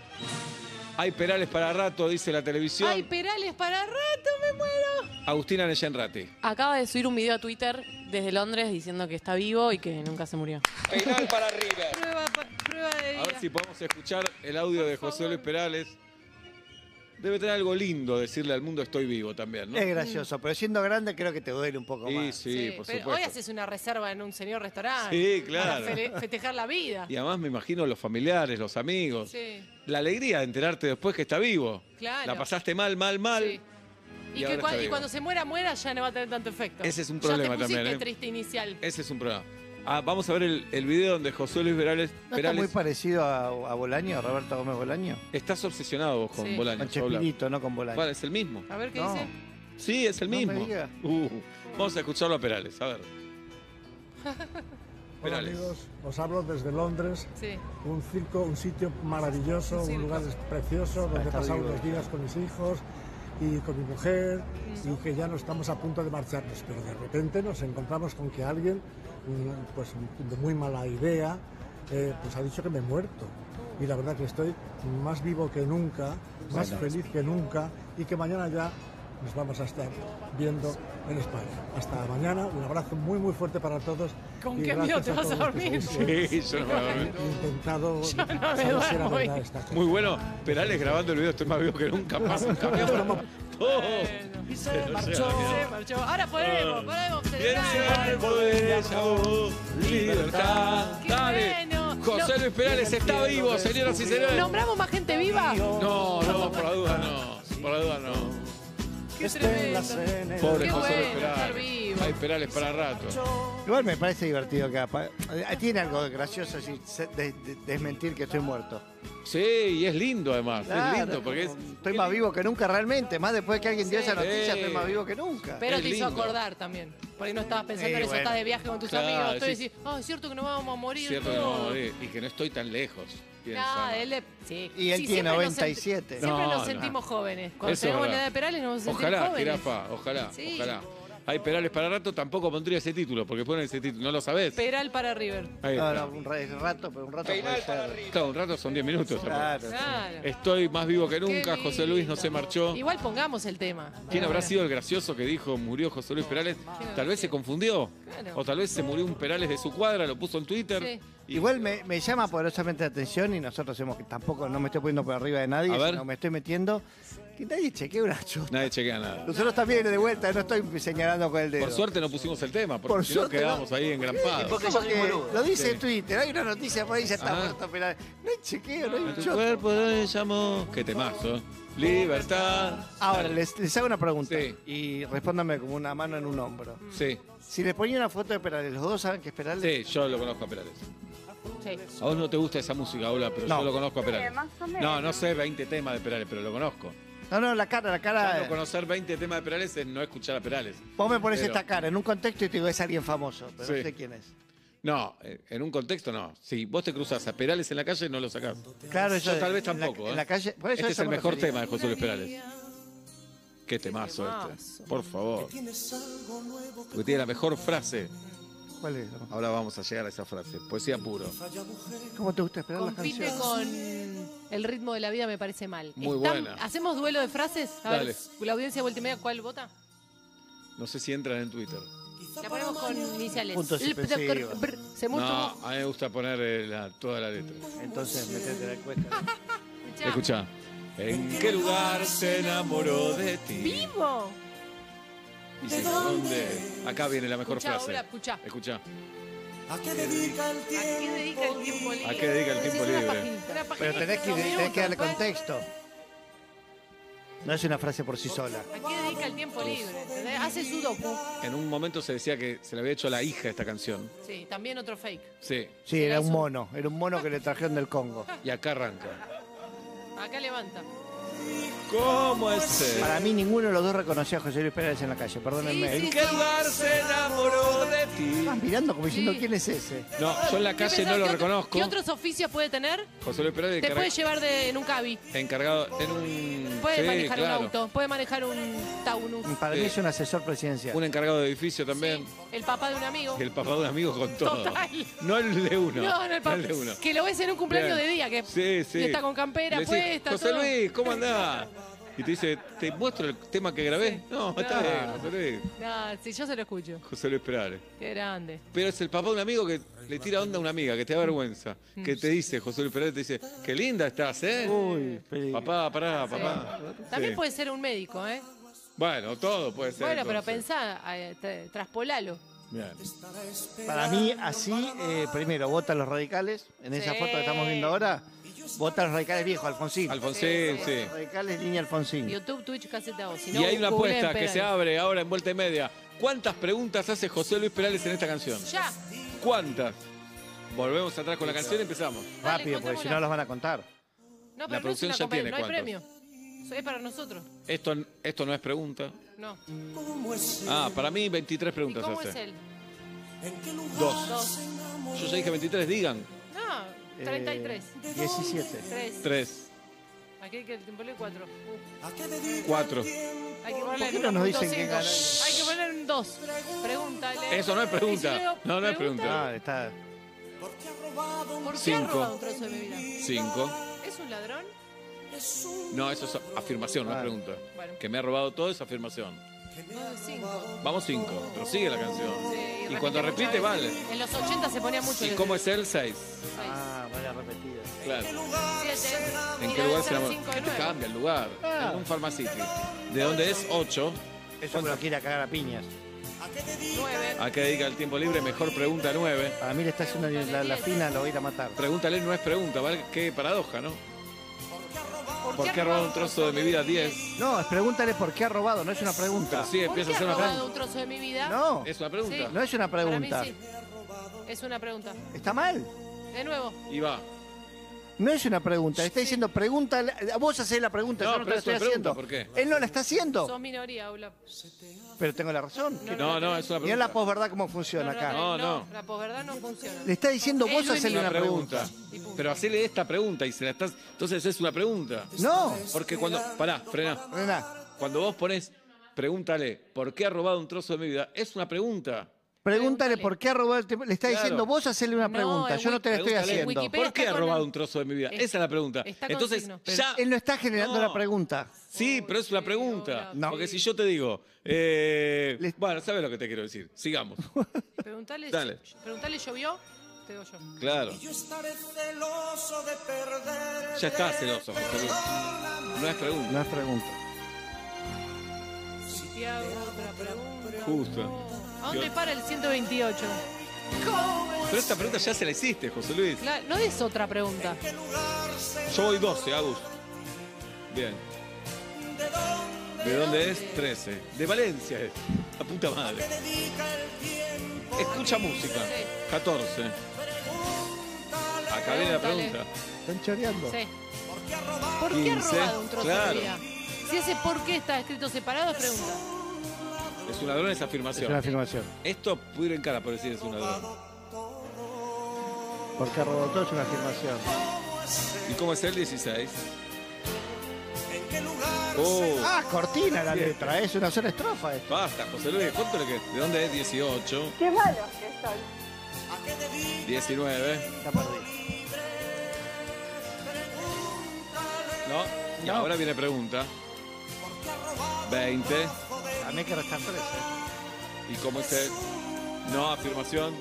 B: Hay Perales para rato, dice la televisión.
C: Ay, Perales para rato, me muero.
B: Agustina Neyenrati.
E: Acaba de subir un video a Twitter desde Londres diciendo que está vivo y que nunca se murió.
B: Penal para River.
C: Prueba, pa- prueba de
B: A ver
C: vida.
B: si podemos escuchar el audio
C: Por
B: de José
C: favor.
B: Luis Perales. Debe tener algo lindo decirle al mundo estoy vivo también, ¿no?
D: Es gracioso, pero siendo grende creo que te duele un poco
B: Sí,
D: más.
B: sí, por
C: pero
B: supuesto.
C: Hoy haces una reserva en un señor restaurante.
B: Sí, claro.
C: Para fele- festejar la vida.
B: Y además me imagino los familiares, los amigos.
C: Sí,
B: La alegría de enterarte después que está vivo.
C: Claro.
B: La pasaste mal, mal, mal.
C: sí.
B: Y
C: Y,
B: ahora
C: que cua-
B: está
C: y
B: vivo.
C: cuando se muera, muera, ya no va a tener tanto efecto.
B: Ese es un
C: ya
B: problema
C: te pusiste
B: también, ¿eh?
C: triste inicial.
B: Ese es un programa. Ah, vamos a ver el, el video donde José Luis Perales,
D: ¿No está muy
B: Perales
D: parecido a, a Bolaño, a Roberto Gómez Bolaño?
B: estás obsesionado vos con
C: Sí.
B: Bolaños.
D: Con
B: Pablo.
D: Chespirito, no con Bolaño.
B: Vale, es el mismo.
C: A ver qué
D: No.
C: dice.
B: Sí, es el
D: No me
B: mismo.
D: digas.
B: Uh, vamos a escucharlo a Perales, a ver.
F: Hola
B: Perales.
F: amigos, os hablo desde Londres,
C: Sí.
F: un circo, un sitio maravilloso,
C: Un circo.
F: un lugar precioso donde he
D: estar
F: pasado
D: vivo.
F: unos días con mis hijos y con mi mujer y que ya no estamos a punto de marcharnos, pero de repente nos encontramos con que alguien, mm, pues de muy mala idea, eh, pues ha dicho que me he muerto. Y la verdad que estoy más vivo que nunca, más feliz que nunca y que mañana ya nos vamos a estar viendo en España. Hasta mañana, un abrazo muy muy fuerte para todos.
C: ¿Con
F: y
C: qué miedo
F: gracias
C: te vas a
F: todos los que
C: dormir?
F: sois
B: Sí, yo no me voy a dormir.
F: he intentado
C: Yo no me
F: saber si era
C: duermo
F: verdad
C: hoy.
F: esta cosa.
B: Muy bueno, Perales grabando el video, estoy más vivo que nunca. Pasa, cambiamos todo.
C: Y se marchó. Se marchó. Ahora podemos, podemos
B: Viene
C: celebrar.
B: al poder, ya vos, libertad.
C: Qué
B: Dale.
C: bueno.
B: José
C: No-
B: Luis Perales está vivo, señoras y señores.
C: ¿Nombramos más gente viva?
B: No, no, por la duda no. Por la duda no.
C: Qué tremendo.
B: Pobre
C: Qué
B: José Luis
C: bueno estar
B: Perales.
C: vivo.
B: Hay Perales para rato.
D: Igual me parece divertido que apa- eh, tiene algo de gracioso si se- de- de- desmentir que estoy muerto.
B: Sí, y es lindo además. Es
D: Claro,
B: lindo porque es.
D: Estoy más vivo que nunca realmente, más después que alguien dio
C: Sí.
D: esa noticia,
B: Sí.
D: estoy más vivo que nunca.
C: Pero
B: Es
C: te hizo
B: lindo.
C: acordar también. Por ahí no estabas pensando
D: Sí,
C: en eso,
D: bueno.
C: estás de viaje con tus
B: Claro,
C: amigos. Estoy
B: sí.
C: diciendo, ah, es cierto que no vamos a morir.
B: Cierto que no
C: todos".
B: vamos a morir, y que no estoy tan lejos.
C: Nada,
B: piensa.
C: él le- sí.
D: Y él tiene
C: Sí, siempre nos sent-
D: 97.
C: Siempre
B: No,
C: nos
B: no.
C: sentimos jóvenes.
B: Eso
C: Cuando
B: es
C: tenemos la
B: verdad.
C: edad de Perales nos vamos a sentir
B: Ojalá,
C: Pues jóvenes.
B: jirafa, ojalá,
C: Sí.
B: ojalá. Hay Perales para rato, tampoco pondría ese título, porque ponen ese título, no lo sabés.
C: Peral para River.
B: Ahí
D: No,
B: está.
D: no, un ra- es rato, pero un rato puede ser.
B: Claro, un rato son 10 minutos. tampoco.
D: Claro.
C: Claro.
B: Estoy más vivo que
C: Qué
B: nunca, José Luis no
C: lindo.
B: se marchó.
C: Igual pongamos el tema.
B: ¿Quién habrá
C: Ahora.
B: sido el gracioso que dijo murió José Luis Perales?
C: habrá
B: Tal vez se
C: sido?
B: confundió.
C: Claro.
B: O tal vez se murió un Perales de su cuadra, lo puso en Twitter.
C: Sí.
B: Y-
D: Igual me, me llama poderosamente la atención y nosotros hemos que tampoco no me estoy poniendo por arriba de
B: A
D: nadie,
B: ver.
D: sino me estoy metiendo. Que nadie chequee una chota.
B: Nadie chequea nada.
D: Nosotros también de vuelta, no estoy señalando con el dedo.
B: Por suerte no pusimos el tema, porque
D: Por
B: si no
D: suerte
B: quedábamos ahí engrampados.
D: Porque lo dice
B: Sí.
D: en Twitter, hay una noticia por ahí, ya está
B: Ah.
D: muerto, pero no hay chequeo, no hay un
B: Tu
D: choto.
B: cuerpo le llamó. Qué temazo. ¿eh? Libertad.
D: Ahora, les, les hago una pregunta
B: Sí.
D: y respóndame como una mano en un hombro.
B: Sí.
D: Si les ponía una foto de Perales, ¿los dos saben que es Perales?
B: Sí, yo lo conozco a Perales.
C: Sí.
B: A vos no te gusta esa música, Ola, pero
D: No.
B: yo lo conozco a Perales.
G: más o menos.
B: No, no sé 20 temas de Perales, pero lo conozco.
D: No, no, la cara, la
B: Ya
D: cara.
B: no conocer 20 temas de Perales es no escuchar a Perales.
D: Ah. Vos me pones
B: Pero-
D: esta cara en un contexto y te digo, es alguien famoso, pero
B: Sí.
D: no sé quién es.
B: No, eh, en un contexto no. Si vos te cruzas a Perales en la calle, no lo sacás.
D: Claro,
B: Yo
D: eso-
B: tal vez
D: en la-
B: tampoco.
D: en
B: ¿eh?
D: la calle- por eso
B: este es
D: eso
B: el
D: me
B: mejor
D: refería.
B: tema de José Luis Perales. Qué temazo este. Por favor. Porque tiene la mejor frase.
D: ¿Cuál es?
B: Ahora vamos a llegar a esa frase. Poesía puro.
D: ¿Cómo te gusta esperar las
C: Compite
D: canciones?
C: con el ritmo de la vida, me parece mal.
B: Muy
C: Están-
B: buena.
C: ¿Hacemos duelo de frases? A
B: Dale.
C: ver, la audiencia de vuelta y media, ¿cuál vota?
B: No sé si entran en Twitter.
C: La ponemos con iniciales.
D: Puntos
C: L- br-
D: suspensivos.
C: br- Se mucho.
B: No, a mí me gusta poner eh, la- toda la letra.
D: Entonces, metete la cuesta.
C: Escuchá.
B: Escucha. ¿En qué lugar se enamoró de ti?
C: ¡Vivo!
B: ¿Y se- dónde? Acá viene la mejor
C: Escuchá,
B: frase.
C: Ola, escuchá.
B: Escucha.
C: ¿A qué dedica el tiempo libre?
B: ¿A qué dedica el tiempo
C: Es una
B: libre?
C: paginita, una paginita,
D: Pero tenés que,
C: dos
D: tenés que darle
C: minutos,
D: contexto. No es una frase por sí sola.
C: ¿A qué dedica el tiempo libre? ¿Entendés? Hace sudoku.
B: En un momento se decía que se le había hecho a la hija esta canción.
C: Sí, también otro fake.
B: Sí.
D: Sí, era
C: Era
D: un
C: eso.
D: mono, era un mono que le trajeron del Congo.
B: Y acá arranca.
C: Acá levanta.
B: ¿Cómo es él?
D: Para mí ninguno de los dos reconocía a José Luis Pérez en la calle, perdónenme.
C: Sí,
B: ¿En qué lugar se enamoró de ti?
D: Estaban mirando como diciendo,
C: Sí.
D: ¿quién es ese?
B: No, yo en la
C: ¿Qué
B: calle
C: pensás?
B: no lo
C: ¿Qué otro-
B: reconozco.
C: ¿Qué otros oficios puede tener?
B: José Luis Perales
C: Te
B: encarga-
C: puede llevar de, en un cabi.
B: encargado en un.
C: Puede
B: Sí,
C: manejar
B: claro.
C: un auto. Puede manejar un taunus.
D: Para
B: Sí.
D: mí es un asesor presidencial.
B: Un encargado de edificio también.
C: Sí, el papá de un amigo.
B: Y el papá de un amigo con todo.
C: Total.
B: No el de uno.
C: No, no, el papá.
B: el de uno.
C: Que lo ves en un cumpleaños
B: Bien.
C: de día. Que
B: Sí, sí.
C: y está con campera
B: Le decís,
C: puesta.
B: José
C: todo.
B: Luis, ¿cómo andás? Y te dice, ¿te muestro el tema que grabé? No, está
C: No.
B: bien, José Luis.
C: No, Ah, sí, yo se lo escucho.
B: José Luis Perales.
C: Qué grande.
B: Pero es el papá de un amigo que le tira onda a una amiga, que te da vergüenza.
C: Mm.
B: Que te dice, José Luis Perales, te dice, qué linda estás, ¿eh?
D: Uy, peligro.
B: Papá, pará, papá.
C: También
B: Sí.
C: puede ser un médico, ¿eh?
B: Bueno, todo puede ser.
C: bueno, pero
B: entonces.
C: pensá, eh, tra- traspolalo.
B: Bien.
D: Para mí, así, eh, primero, votan los radicales. En esa
C: Sí.
D: foto que estamos viendo ahora, votan los radicales viejos, Alfonsín.
B: Alfonsín, sí.
D: Los radicales, línea Alfonsín.
C: YouTube, Twitch, caseta o. Si no,
B: Y hay una
C: googleen
B: apuesta que
C: Perales.
B: se abre ahora en vuelta y media. ¿Cuántas preguntas hace José Luis Perales en esta canción?
C: Ya.
B: ¿Cuántas? Volvemos atrás con la canción y empezamos.
C: Dale,
D: Rápido, porque si
C: contémosla.
D: no los van a contar.
C: No, pero
B: La
C: no es
B: producción
C: una
B: ya
C: competencia,
B: tiene
C: no hay
B: cuántos.
C: premio. Eso es para nosotros.
B: Esto, esto no es pregunta.
C: No.
B: Ah, para mí 23
C: ¿Y
B: preguntas
C: cómo es
B: hace.
C: él?
B: Dos.
C: Dos.
B: Yo ya dije 23, digan.
C: No,
D: Eh,
C: 33.
D: 17.
C: Tres.
B: Tres,
C: Aquí que el tiempo le cuatro. Uh,
B: cuatro.
C: hay que ponerle
D: ¿Por qué
C: un
D: no nos dicen
C: 1.5.
D: quién gana?
C: Hay que ponerle un 2. Pregúntale.
B: Eso no es pregunta.
C: Y si leo
B: No, no es pregunta.
D: No, está.
C: ¿Por qué ha
B: Cinco.
C: robado un trozo de mi vida?
B: Cinco.
C: ¿Es un ladrón?
B: No, eso es afirmación, no es pregunta.
C: Bueno.
B: Que me ha robado todo es afirmación.
C: No, es cinco. Eh,
B: Vamos cinco. Pero sigue la canción.
C: Sí,
B: Y cuando repite,
C: muchas veces.
B: vale.
C: En los 80 se ponía mucho.
B: ¿Y
C: el-
B: cómo es él? Seis.
C: seis,
D: Ah, vaya repetida.
B: Claro.
C: siete,
B: ¿En
C: y
B: qué
C: debe
B: lugar
C: ser
B: se enamoró?
C: cinco de nuevo.
B: Cambia el lugar. En un Pharmacity. De donde es 8.
D: Eso me lo quiere cagar a piñas.
C: Nueve.
B: ¿A qué dedica el tiempo libre? Mejor pregunta 9.
D: Para mí le está haciendo la, la fina, lo voy a ir a matar.
B: Pregúntale no es pregunta, ¿vale? Qué paradoja, ¿no? ¿Por qué ha robado un trozo de mi vida 10?
D: No, es pregúntale por qué ha robado, no es una
B: Pero
D: pregunta.
B: sí
C: ¿Por
B: empieza
C: qué
B: a
C: ha
B: ser una
C: robado
B: pregunta.
C: un trozo de mi vida?
D: No,
B: Es una pregunta.
D: no es una
C: Para mí
D: pregunta.
C: sí. Es una pregunta.
D: Está mal.
C: De nuevo.
B: Y va.
D: No es una pregunta, le está diciendo pregúntale. Vos hacés la pregunta,
B: No,
D: yo no te
B: pero
D: la
B: es
D: estoy
B: una pregunta,
D: haciendo.
B: ¿por qué?
D: Él no la está haciendo,
C: Sos minoría, Ola.
D: pero tengo la razón.
B: No, no, es una
D: Mirá la
B: pregunta.
D: posverdad cómo funciona acá.
B: no, no.
C: La posverdad no funciona.
D: Le está diciendo
C: Es
D: vos
C: lo
D: hacele
C: mismo.
D: una
C: Una
D: pregunta.
C: Y punto.
B: Pero hacele esta pregunta y se la estás. Entonces es una pregunta.
D: No,
B: Porque cuando. Pará, frená.
D: Rená,
B: Cuando vos pones, pregúntale, ¿por qué ha robado un trozo de mi vida? Es una pregunta.
D: pregúntale por qué ha robado. el tiempo. Le está
B: Claro.
D: diciendo vos hacele una
C: No,
D: pregunta,
C: en
D: yo no te la estoy
B: Pregúntale,
D: haciendo.
C: Wikipedia.
B: ¿Por qué
C: está
B: ha
C: con-
B: robado un trozo de mi vida?
C: Es-
B: Esa es la pregunta.
C: está con
B: Entonces,
C: signo.
B: ya.
D: Él no está generando
B: No.
D: la pregunta.
B: Sí, pero es una
C: sí,
B: pregunta.
C: hola,
B: Porque
C: sí.
B: si yo te digo, eh,
D: Le-
B: bueno, sabes lo que te quiero decir. Sigamos.
C: Preguntale,
B: Dale.
C: preguntale, ¿llovió? Te digo yo.
B: Claro. Ya está celoso, José Luis. No es pregunta.
D: No es pregunta.
C: Si te hago otra pregunta.
B: Justo.
C: ¿A dónde para el 128?
B: Pero esta pregunta ya se la hiciste, José Luis.
C: Claro, no es otra pregunta.
B: Oh. Yo voy 12, Agus. Bien. ¿De dónde es? 13. De Valencia es. La puta madre. Escucha música. 14. Acá viene la
C: Pregúntale.
B: pregunta.
D: Están choreando.
C: Sí. ¿Por qué ha
B: 15,
C: robado un trozo
B: claro.
C: de vida? Si ese por qué está escrito separado, es pregunta.
B: Es un ladrón esa
D: Es una
B: afirmación.
D: afirmación.
B: Esto pudieron en cara por decir es un ladrón.
D: Porque ha robado todo es una afirmación.
B: ¿Y cómo es el 16? Oh,
D: Ah, cortina la
B: Bien.
D: letra, es una sola estrofa esto.
B: basta, José Luis. ¿Cuánto le queda? ¿De dónde es 18?
G: Qué malos que son.
B: 19.
D: La perdí.
B: ¿No? Y ahora viene pregunta. 20.
D: También hay que restar tres. ¿eh?
B: Y como dice, no afirmación.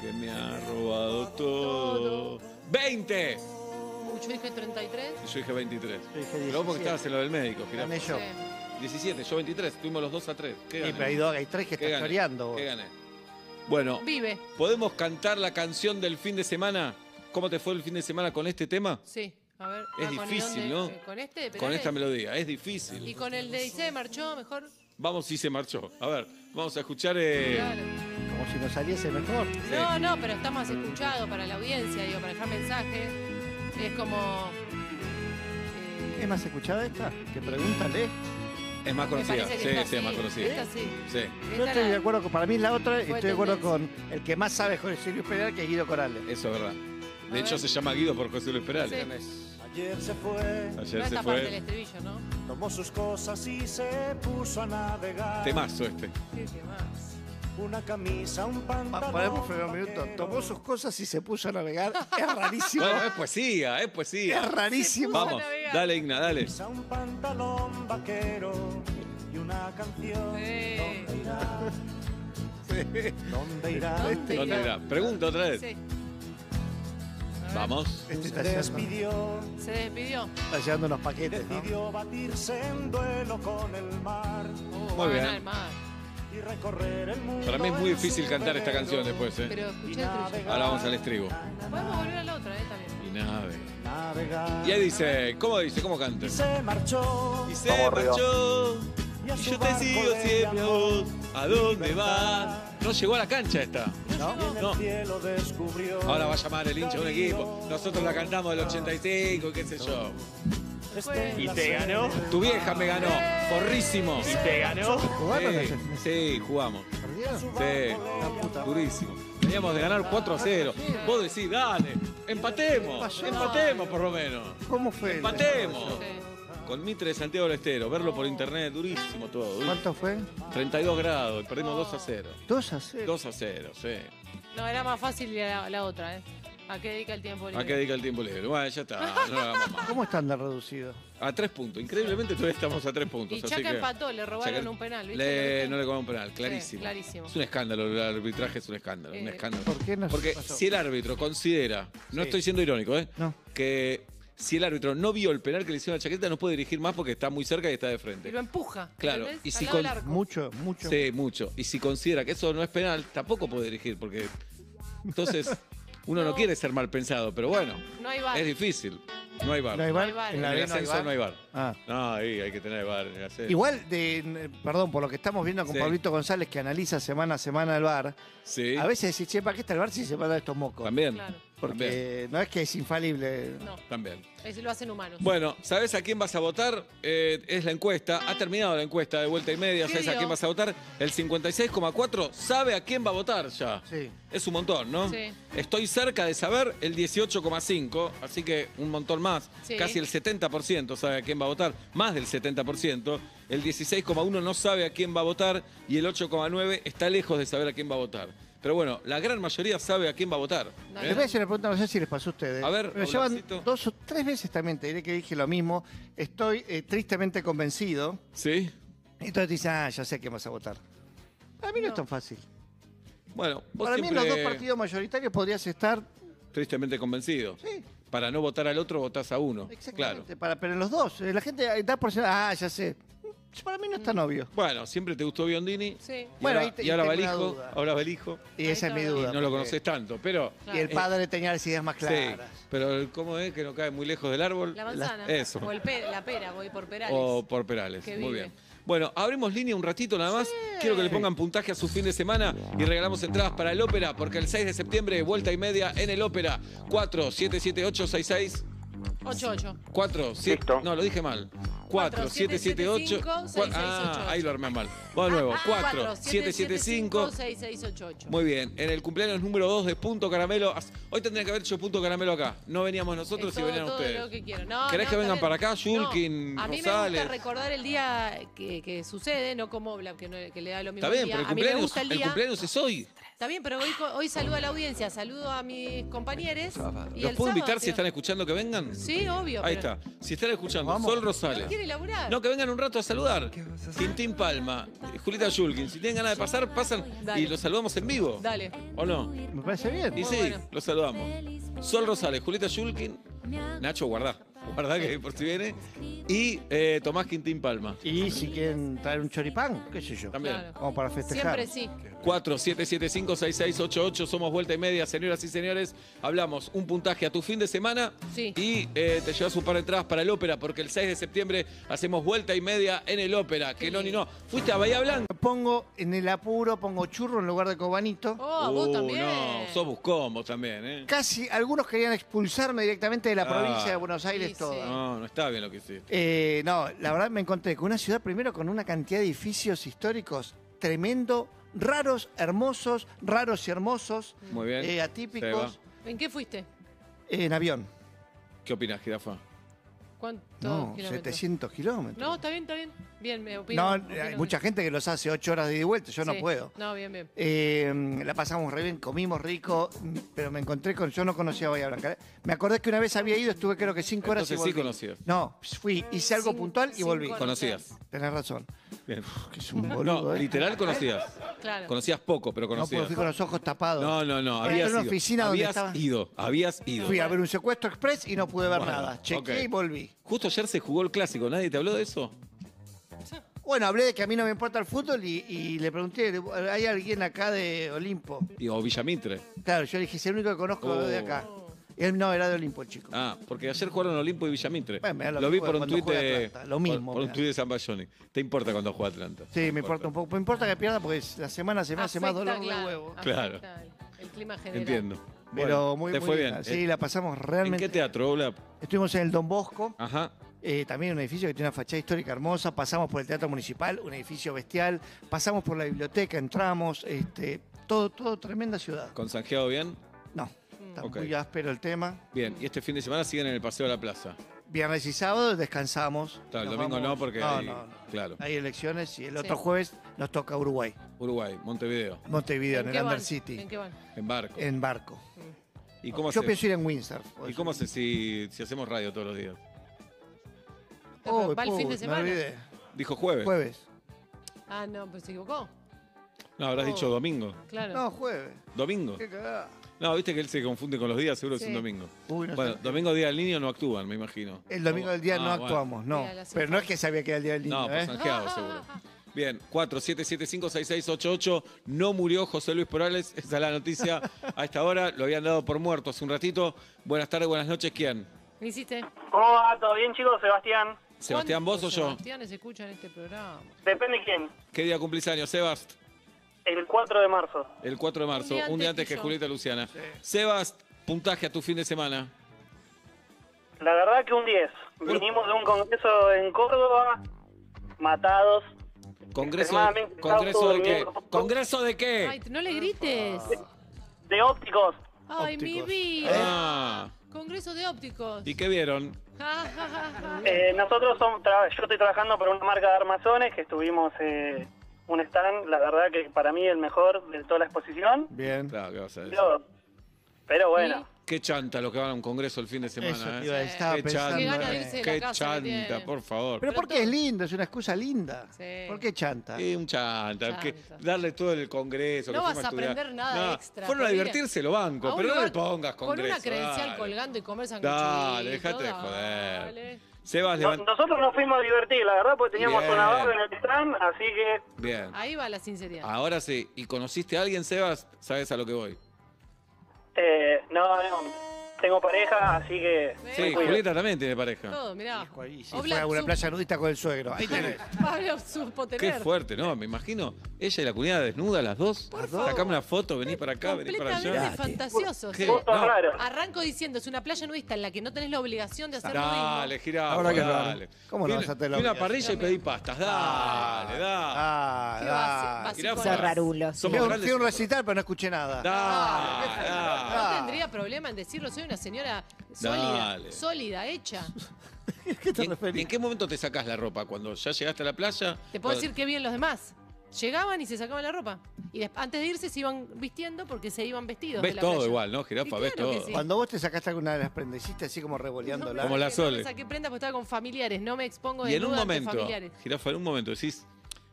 B: Que me ha robado todo. ¡20!
C: Uy, yo dije 33.
B: Y Yo dije 23.
D: Yo dije
B: Pero vos
D: 17.
B: porque estabas en lo del médico, mirá.
D: Gané yo.
C: Sí.
B: 17, yo 23. Tuvimos los 2 a 3. ¿Qué
D: Sí,
B: gané?
D: pero hay dos, hay tres que
B: ¿Qué
D: están
B: gané?
D: choreando. vos.
B: ¿Qué gané? Bueno,
C: Vive,
B: ¿podemos cantar la canción del fin de semana? ¿Cómo te fue el fin de semana con este tema?
C: sí. A ver.
B: Es
C: ah, con
B: difícil,
C: el
B: ¿no?
C: de- Con este de
B: Con
C: penales.
B: esta melodía, es
C: Y
B: difícil.
C: con el de Ise marchó mejor.
B: Vamos si se marchó. A ver, vamos a escuchar. eh,
C: Claro.
D: Como si nos saliese mejor.
C: No, no, pero estamos escuchados para la audiencia, digo, para dejar mensajes. Es como. eh,
D: ¿Es más escuchada esta? Que pregúntale.
B: Es más
C: me
B: conocida.
C: parece que
B: Sí,
C: esta
B: sí, es más
C: Esta
B: conocida.
C: sí.
B: Sí.
D: Yo
C: Esta
D: estoy
C: la-
D: de acuerdo con, para mí es la otra, y
C: Fue
D: estoy de acuerdo con el que más sabe Jorge Silvio Penal, que es Guido Corales.
B: Eso es verdad.
C: A
B: De hecho,
C: ver.
B: se llama Guido por José Luis Perales.
C: Sí.
G: Ayer se fue,
C: No
B: Ayer se
C: esta parte del
B: fue.
C: estribillo, ¿no?
G: tomó sus cosas y se puso a navegar.
B: Temazo este.
C: Sí, sí, más.
G: Una camisa, un
D: Pa-
G: pantalón.
D: Podemos frenar un minuto.
G: vaquero.
D: Tomó sus cosas y se puso a navegar. Es rarísimo.
B: Bueno, es poesía, es
D: es
B: poesía.
D: rarísimo.
C: puso a
B: Vamos,
C: navegar.
B: dale, Igna, dale.
G: Camisa, un pantalón vaquero y una canción.
C: Sí.
G: ¿Dónde irá? ¿Dónde irá?
C: ¿Dónde
B: ¿Dónde
C: irá?
B: era? Pregunta otra vez.
C: Sí.
B: Vamos.
D: Este
G: Se
D: está, llevando,
G: despidió,
C: Se despidió.
D: está llevando unos paquetes, ¿no?
G: decidió batirse en duelo con el mar
C: Oh,
B: Muy
C: va a
B: bien.
C: ganar el mar.
G: y recorrer el mundo.
B: Para mí es muy
G: en
B: difícil
G: su
B: cantar esta
G: velero.
B: canción después, ¿eh?
C: Pero escuché el estribillo.
B: Ahora vamos al estribo.
C: Podemos volver a la otra, ¿eh? También.
B: Y nave.
G: Navegar.
B: Y ahí dice, ¿cómo dice? ¿Cómo canta?
G: Y se marchó.
B: Y se marchó.
G: Y a
B: Y
G: su
B: yo te
G: barco
B: sigo
G: de
B: siempre a
G: amor.
B: vos. ¿A dónde vas? No llegó a la cancha esta.
G: Y en el
B: No.
G: cielo descubrió.
B: Ahora va a llamar el hincha de un equipo. Nosotros la cantamos del 85, qué sé yo.
G: Este
H: ¿Y
G: la
H: te
G: serie.
H: ganó?
B: Tu vieja me ganó. Forrísimo.
H: ¿Y te ganó?
D: ¿Jugaron
B: Sí,
D: ayer?
B: sí, jugamos.
D: ¿Perdieron?
B: Sí, durísimo. Teníamos de ganar 4 a 0. Vos decís, dale, empatemos, empatemos por lo menos.
D: ¿Cómo fue? el-
B: Empatemos.
C: Sí.
B: Con Mitre de Santiago del Estero, verlo por internet, durísimo todo. uy.
D: ¿Cuánto fue?
B: 32 grados, y perdimos 2 a 0.
D: Dos a cero.
B: 2 a 0, sí.
C: No, era más fácil la, la otra, ¿eh? ¿A qué dedica el tiempo libre?
B: ¿A qué dedica el tiempo libre? Bueno, ya está, no lo hagamos más.
D: ¿Cómo están de reducido?
B: A 3 puntos, increíblemente todavía estamos a 3 puntos.
C: Y
B: así
C: Chaca
B: que-
C: empató, le robaron
B: Chaca-
C: un penal, ¿viste? ¿Lo
B: Le,
C: viste?
B: no le cobramos penal, clarísimo.
C: clarísimo.
B: Es un escándalo, el arbitraje es un escándalo, un
C: Eh,
B: escándalo.
D: ¿Por qué no?
B: Porque
D: pasó?
B: si el árbitro considera, no estoy siendo irónico, ¿eh?
D: No.
B: Que si el árbitro no vio el penal que le hicieron a Chaqueta, no puede dirigir más porque está muy cerca y está de
C: Y
B: frente.
C: lo empuja.
B: Claro,
C: ¿entendés?
B: y
C: Al
B: si
C: lado del
B: con-
C: arco.
D: Mucho, mucho.
B: Sí, mucho. Y si considera que eso no es penal, tampoco puede dirigir porque. Entonces, uno no,
C: No.
B: quiere ser mal pensado, pero bueno,
C: No hay bar.
B: es difícil. No hay bar.
D: ¿No hay
C: No hay
D: bar?
C: bar.
D: ¿En
B: En
D: la
B: el
D: B no hay
B: ascenso
D: bar?
B: no hay bar.
D: Ah.
B: No, ahí hay que tener bar. en el ascenso.
D: Igual, de, perdón, por lo que estamos viendo con
B: Sí.
D: Pablito González, que analiza semana a semana el bar,
B: Sí.
D: a veces decís, che, ¿para qué está el bar si se van a dar estos mocos?
B: También.
C: Claro.
B: También.
D: Porque no es que es infalible.
C: No,
B: También.
C: es, lo hacen humanos.
B: Bueno, ¿sabes a quién vas a votar? Eh, es la encuesta. Ha terminado la encuesta de vuelta y media.
C: ¿Qué
B: ¿Sabes a
C: dio?
B: quién vas a votar? El 56,4 sabe a quién va a votar ya.
D: Sí.
B: Es un montón, ¿no?
C: Sí.
B: Estoy cerca de saber el 18,5, así que un montón más.
C: Sí.
B: Casi el 70% sabe a quién va a votar, más del 70%. El 16,1 no sabe a quién va a votar y el 8,9 está lejos de saber a quién va a votar. Pero bueno, la gran mayoría sabe a quién va a votar.
C: No,
B: ¿eh?
D: Les voy a hacer una pregunta, no sé si les pasó a ustedes.
B: A ver,
D: Me llevan
B: Pablacito.
D: dos o tres veces también, te diré que dije lo mismo. Estoy eh, tristemente convencido.
B: Sí.
D: Entonces dicen, ah, ya sé a quién vas a votar. Para mí no,
C: No.
D: es tan fácil.
B: Bueno, vos
D: Para mí en los
B: siempre-
D: dos partidos mayoritarios podrías estar.
B: Tristemente convencido.
D: Sí,
B: Para no votar al otro, votás a uno.
D: exactamente.
B: Claro.
D: Para, pero en los dos. eh, La gente eh, da por sentado, ah, ya sé. Mm, Para mí no es
B: Mm.
D: tan obvio.
B: Bueno, siempre te gustó Biondini.
C: Sí.
B: Y
D: Bueno,
B: ahora,
D: ahí te-
B: y ahora
D: tengo
B: va el
D: una
B: hijo,
D: duda.
B: ahora va el hijo.
D: Y
C: Ahí
D: esa es mi
C: está.
B: Y
D: duda.
B: no lo
D: porque-
B: conoces tanto, pero.
D: Y el
C: Claro.
D: padre tenía las ideas más claras.
B: Sí, pero ¿cómo es que no cae muy lejos del árbol?
C: La manzana.
B: Eso.
C: O el pe- la pera, voy por perales.
B: O por Perales.
C: Que
B: Muy
C: vive.
B: bien. Bueno, abrimos línea un ratito nada más. Quiero que le pongan puntaje a su fin de semana y regalamos entradas para el Ópera, porque el 6 de septiembre, vuelta y media en el Ópera. 477866.
C: 8-8.
B: 4, 7,
H: Listo.
B: no, lo dije mal. 4, 7, 7, 8.
C: 6, 6,
B: Ah,
C: 8.
B: ahí lo armé mal. Vamos de nuevo.
C: Ah,
B: 4, 7, 7, 5.
C: 6688.
B: Muy bien, en el cumpleaños número 2 de Punto Caramelo. As- Hoy tendría que haber hecho Punto Caramelo acá. No veníamos nosotros y venían
C: Lo que
B: ustedes.
C: quiero. No,
B: ¿Querés
C: no,
B: que
C: está
B: vengan
C: bien.
B: para acá, Yulkin,
C: No, A mí me
B: Rosales?
C: gusta recordar el día que, que sucede, no como Oblap, que, no- que le da lo mismo.
B: Está bien,
C: el día.
B: pero el
C: a mí me
B: cumpleaños,
C: gusta el
B: el
C: día.
B: cumpleaños es hoy.
C: Está bien, pero hoy, co- hoy saludo a la audiencia, saludo a mis compañeros.
B: ¿Los
C: y el
B: puedo
C: sábado,
B: invitar si
C: tío.
B: están escuchando que vengan?
C: Sí, obvio.
B: Ahí
C: pero-
B: está. Si están escuchando,
D: Vamos.
B: Sol Rosales,
C: quiere laburar.
B: No, que vengan un rato a saludar. Tintín Palma, Julita Yulkin. Si tienen ganas de pasar, pasan
C: Dale.
B: y los saludamos en vivo.
C: Dale.
B: ¿O no?
D: Me parece bien.
B: Y sí,
C: bueno.
B: los saludamos. Sol Rosales, Julieta Yulkin, Nacho Guardá. Guardá que por si viene. Y eh, Tomás Quintín Palma.
D: Y si quieren traer un choripán, qué sé yo.
B: También.
C: Claro.
D: Como para festejar.
C: Siempre sí.
B: 4775-6688. Somos vuelta y media, señoras y señores. Hablamos un puntaje a tu fin de semana.
C: Sí.
B: Y eh, te llevas un par de entradas para el ópera, porque el 6 de septiembre hacemos vuelta y media en el ópera. Que no ni no. Fuiste a Bahía Blanca.
D: Pongo en el apuro, pongo churro en lugar de cobanito.
C: Oh, vos
B: Uh,
C: también.
B: No, sos buscón vos también, ¿eh?
D: Casi algunos querían expulsarme directamente de la
B: Ah.
D: provincia de Buenos Aires
C: Sí, sí.
D: toda.
B: No, no está bien lo que hiciste.
D: Eh, no, la verdad me encontré con una ciudad primero con una cantidad de edificios históricos tremendo, raros, hermosos, raros y hermosos,
B: Muy bien.
D: eh, atípicos,
B: Seba,
C: ¿En qué fuiste?
D: eh, en avión.
B: ¿Qué opinas, Girafa?
C: ¿Cuántos
D: No,
C: kilómetros?
D: 700 kilómetros.
C: No, está bien, está bien. Bien, me opino.
D: No, eh,
C: opino
D: hay
C: bien.
D: mucha gente que los hace ocho horas de ida y vuelta, yo no
C: Sí.
D: puedo.
C: No, bien, bien.
D: Eh, la pasamos re bien, comimos rico, pero me encontré con. Yo no conocía Bahía Blanca. ¿eh? Me acordé que una vez había ido, estuve creo que cinco horas
B: Entonces
D: y
B: sí
D: volví.
B: conocías.
D: No, fui, hice algo
C: Sin-
D: puntual y
C: sin
D: volví.
C: conocer.
B: Conocías.
D: Tenés razón.
B: Bien.
D: Que es un boludo,
B: No,
D: ¿eh?
B: literal conocías.
C: Claro.
B: Conocías poco, pero
D: No, porque
B: conocías.
D: fui con los ojos tapados.
B: No, no, no.
D: Entré
B: Habías
D: en una
B: ido.
D: oficina donde
B: habías
D: estaba-
B: ido. Habías ido.
D: Fui a ver un secuestro express y no pude ver
B: Bueno,
D: nada. Chequé
B: ok.
D: y volví.
B: Justo ayer se jugó el clásico. ¿Nadie te habló de eso?
D: Bueno, hablé de que a mí no me importa el fútbol y, y le pregunté, ¿hay alguien acá de Olimpo?
B: Y- O Villamitre.
D: Claro, yo le dije, es el único que conozco
B: Oh.
D: de acá. Y él no, era de Olimpo, el chico.
B: Ah, porque ayer jugaron Olimpo y Villamitre.
D: Bueno, me da lo
B: vi
D: mismo
B: por un
D: cuando
B: tuit
D: juega
B: de.
D: Atlanta, lo mismo
B: por- Por
D: me
B: un
D: da.
B: tuit de San ¿Te importa cuando juega Atlanta?
D: Sí, me importa un poco. Me importa que pierda porque es- la semana se me hace más
C: Afecta,
D: dolor de
C: claro,
D: huevo.
B: Claro.
C: afecta el- El clima general.
B: Entiendo.
D: Pero
B: Bueno,
D: muy,
B: Te
D: muy
B: fue bien. eh.
D: linda. Sí, la pasamos
B: ¿En
D: realmente.
B: qué teatro, Ola?
D: Estuvimos en el Don Bosco.
B: Ajá.
D: Eh, también un edificio que tiene una fachada histórica hermosa. Pasamos por el Teatro Municipal, un edificio bestial. Pasamos por la biblioteca, entramos. Este, todo, todo, tremenda ciudad.
B: ¿Consanjeado bien?
D: No, está
B: Ok.
D: muy áspero el tema.
B: Bien. Y este fin de semana siguen en el Paseo de la Plaza.
D: Viernes y sábado descansamos.
B: Claro, el
D: Nos
B: domingo
D: vamos-
B: no, porque
D: No,
B: hay.
D: no, no.
B: Claro.
D: Hay elecciones y el
C: Sí.
D: otro jueves nos toca Uruguay,
B: Uruguay, Montevideo,
D: Montevideo, en,
C: qué
D: el
C: van?
D: Under City,
C: ¿En qué van?
B: en barco.
D: en barco.
B: ¿Y cómo
D: Eh, Yo
B: haces?
D: pienso ir en Windsor.
B: ¿Y cómo haces si, si hacemos radio todos los días?
D: Oh,
C: ¿Va el fin
D: puh,
C: de semana?
D: Me olvidé.
B: Dijo jueves.
D: Jueves.
C: Ah, no, pues se equivocó.
B: No, habrás
C: Oh.
B: dicho domingo.
C: Claro.
D: No, jueves.
B: ¿Domingo?
D: Qué cagada.
B: No, viste que él se confunde con los días, seguro es
C: Sí.
B: un domingo.
D: Uy, no
B: bueno,
D: sé.
B: domingo día del niño no actúan, me imagino.
D: El domingo del día
B: Ah,
D: no
B: bueno.
D: actuamos, no.
C: Mira, la hacen
D: Pero no es
C: falta.
D: que sabía que era el día del niño,
B: No, por
D: ¿eh?
B: zanjeado, seguro. Bien, 47756688. No murió José Luis Porales. Esa es la noticia a esta hora. Lo habían dado por muerto hace un ratito. Buenas tardes, buenas noches. ¿Quién?
C: ¿Qué hiciste?
H: ¿Cómo va? ¿Todo bien, chicos? Sebastián.
B: ¿Sebastián, vos o
C: ¿Cuántos
B: yo?
C: Sebastianes escuchan este programa.
H: Depende quién.
B: ¿Qué día cumplís años, Sebast?
H: El 4 de marzo.
B: El 4 de marzo, un día, antes que,
C: yo.
B: Julieta Luciana. Sebast, puntaje a tu fin de semana.
H: La verdad que un 10. Vinimos de un congreso en Córdoba, matados.
B: Congreso,
H: Extremadamente
B: congreso de
H: cauto,
B: qué?
H: bien.
B: ¿Congreso de qué?
C: Ay, no le grites.
H: De ópticos.
C: Ay, mi
D: Ópticos. Eh.
C: vida.
B: Ah,
C: Congreso de ópticos.
B: ¿y qué vieron?
C: Ja, ja, ja, ja.
H: Eh, nosotros somos, tra- yo estoy trabajando para una marca de armazones que estuvimos eh, un stand, la verdad que para mí el mejor de toda la exposición.
D: Bien.
B: Claro, ¿qué vas a decir?
H: Pero, pero bueno,
B: Qué chanta los que van a un congreso el fin de semana.
D: Eso,
B: ¿eh?
D: tío, estaba
B: Qué
D: pensando.
C: Qué ganas de
D: eh.
C: irse de la
B: Qué
C: casa que tienen.
B: chanta, por favor.
D: Pero porque es lindo, es una excusa linda.
C: Sí.
D: ¿Por qué chanta?
B: Sí, un chanta,
C: Chanta.
B: que darle todo el congreso.
C: No
B: que
C: vas
B: fuimos
C: a
B: estudiar.
C: aprender nada
B: No,
C: extra,
B: Fueron a
C: porque
B: divertirse, lo banco,
C: A un
B: pero no
C: lugar
B: le pongas
C: Con
B: congreso.
C: una credencial
B: dale.
C: colgando y comer sanguchitos.
B: Dale, dejate de joder.
C: dale.
B: Sebas,
H: No-
B: levanta.
H: nosotros nos fuimos a divertir, la verdad, porque teníamos
B: Bien.
H: una barra en el stand, así que
B: Bien.
C: Ahí va la sinceridad.
B: Ahora sí. ¿Y conociste a alguien, Sebas? Sabes a lo que voy.
H: eh, no, no, tengo pareja, así que...
B: Sí,
C: Sí.
B: Julieta también tiene pareja.
C: Todo, mirá.
D: Y si fuera
C: Oblak
D: a una
C: Sub-
D: playa nudista con el suegro. Ahí tenés.
C: Pablo Supotener.
B: Qué fuerte, ¿no? Me imagino. Ella y la cuñada desnuda, las dos. Sacame una foto, venís para acá, venís para allá.
C: Completamente fantasioso.
B: Qué-
C: sí.
H: Justo
B: No.
H: raro.
C: Arranco diciendo, es una playa nudista en la que no tenés la obligación de hacer
B: Dale,
C: nudismo.
B: girá. pues,
D: Ahora que
B: dale.
D: raro. ¿Cómo no
B: Fui
D: vas a tener la
B: fui una
D: obligación?
B: parrilla y pedí pastas. Dale, dale.
D: Ah,
C: Qué
D: ah.
C: basi-
B: Girá,
C: básico.
B: Fran.
I: rarulo, sí.
D: Fui
B: Somos
D: a un-
B: grandes.
D: fui a un recital, Ah, pero no escuché nada.
B: Dale, dale.
C: No tendría problema en decirlo, soy una señora sólida,
B: Dale.
C: sólida, hecha.
D: ¿Qué
B: ¿Y en- ¿Y en qué momento te sacás la ropa? ¿Cuando ya llegaste a la playa?
C: Te puedo
B: Cuando-
C: decir qué bien los demás. Llegaban y se sacaban la ropa. Y Y des- antes de irse se iban vistiendo porque se iban vestidos. de
B: Ves
C: la
B: todo
C: playa.
B: igual, ¿no, jirafa?
C: Y
B: ves
C: claro que
B: todo.
C: sí.
D: Cuando vos te sacaste alguna de las prendas, hiciste así como revoleándola.
B: Como la
C: Es que no me
B: Sole.
C: saqué prenda porque estaba con familiares, no me expongo de
B: Y en un
C: duda ante
B: momento,
C: familiares.
B: jirafa, en un momento decís,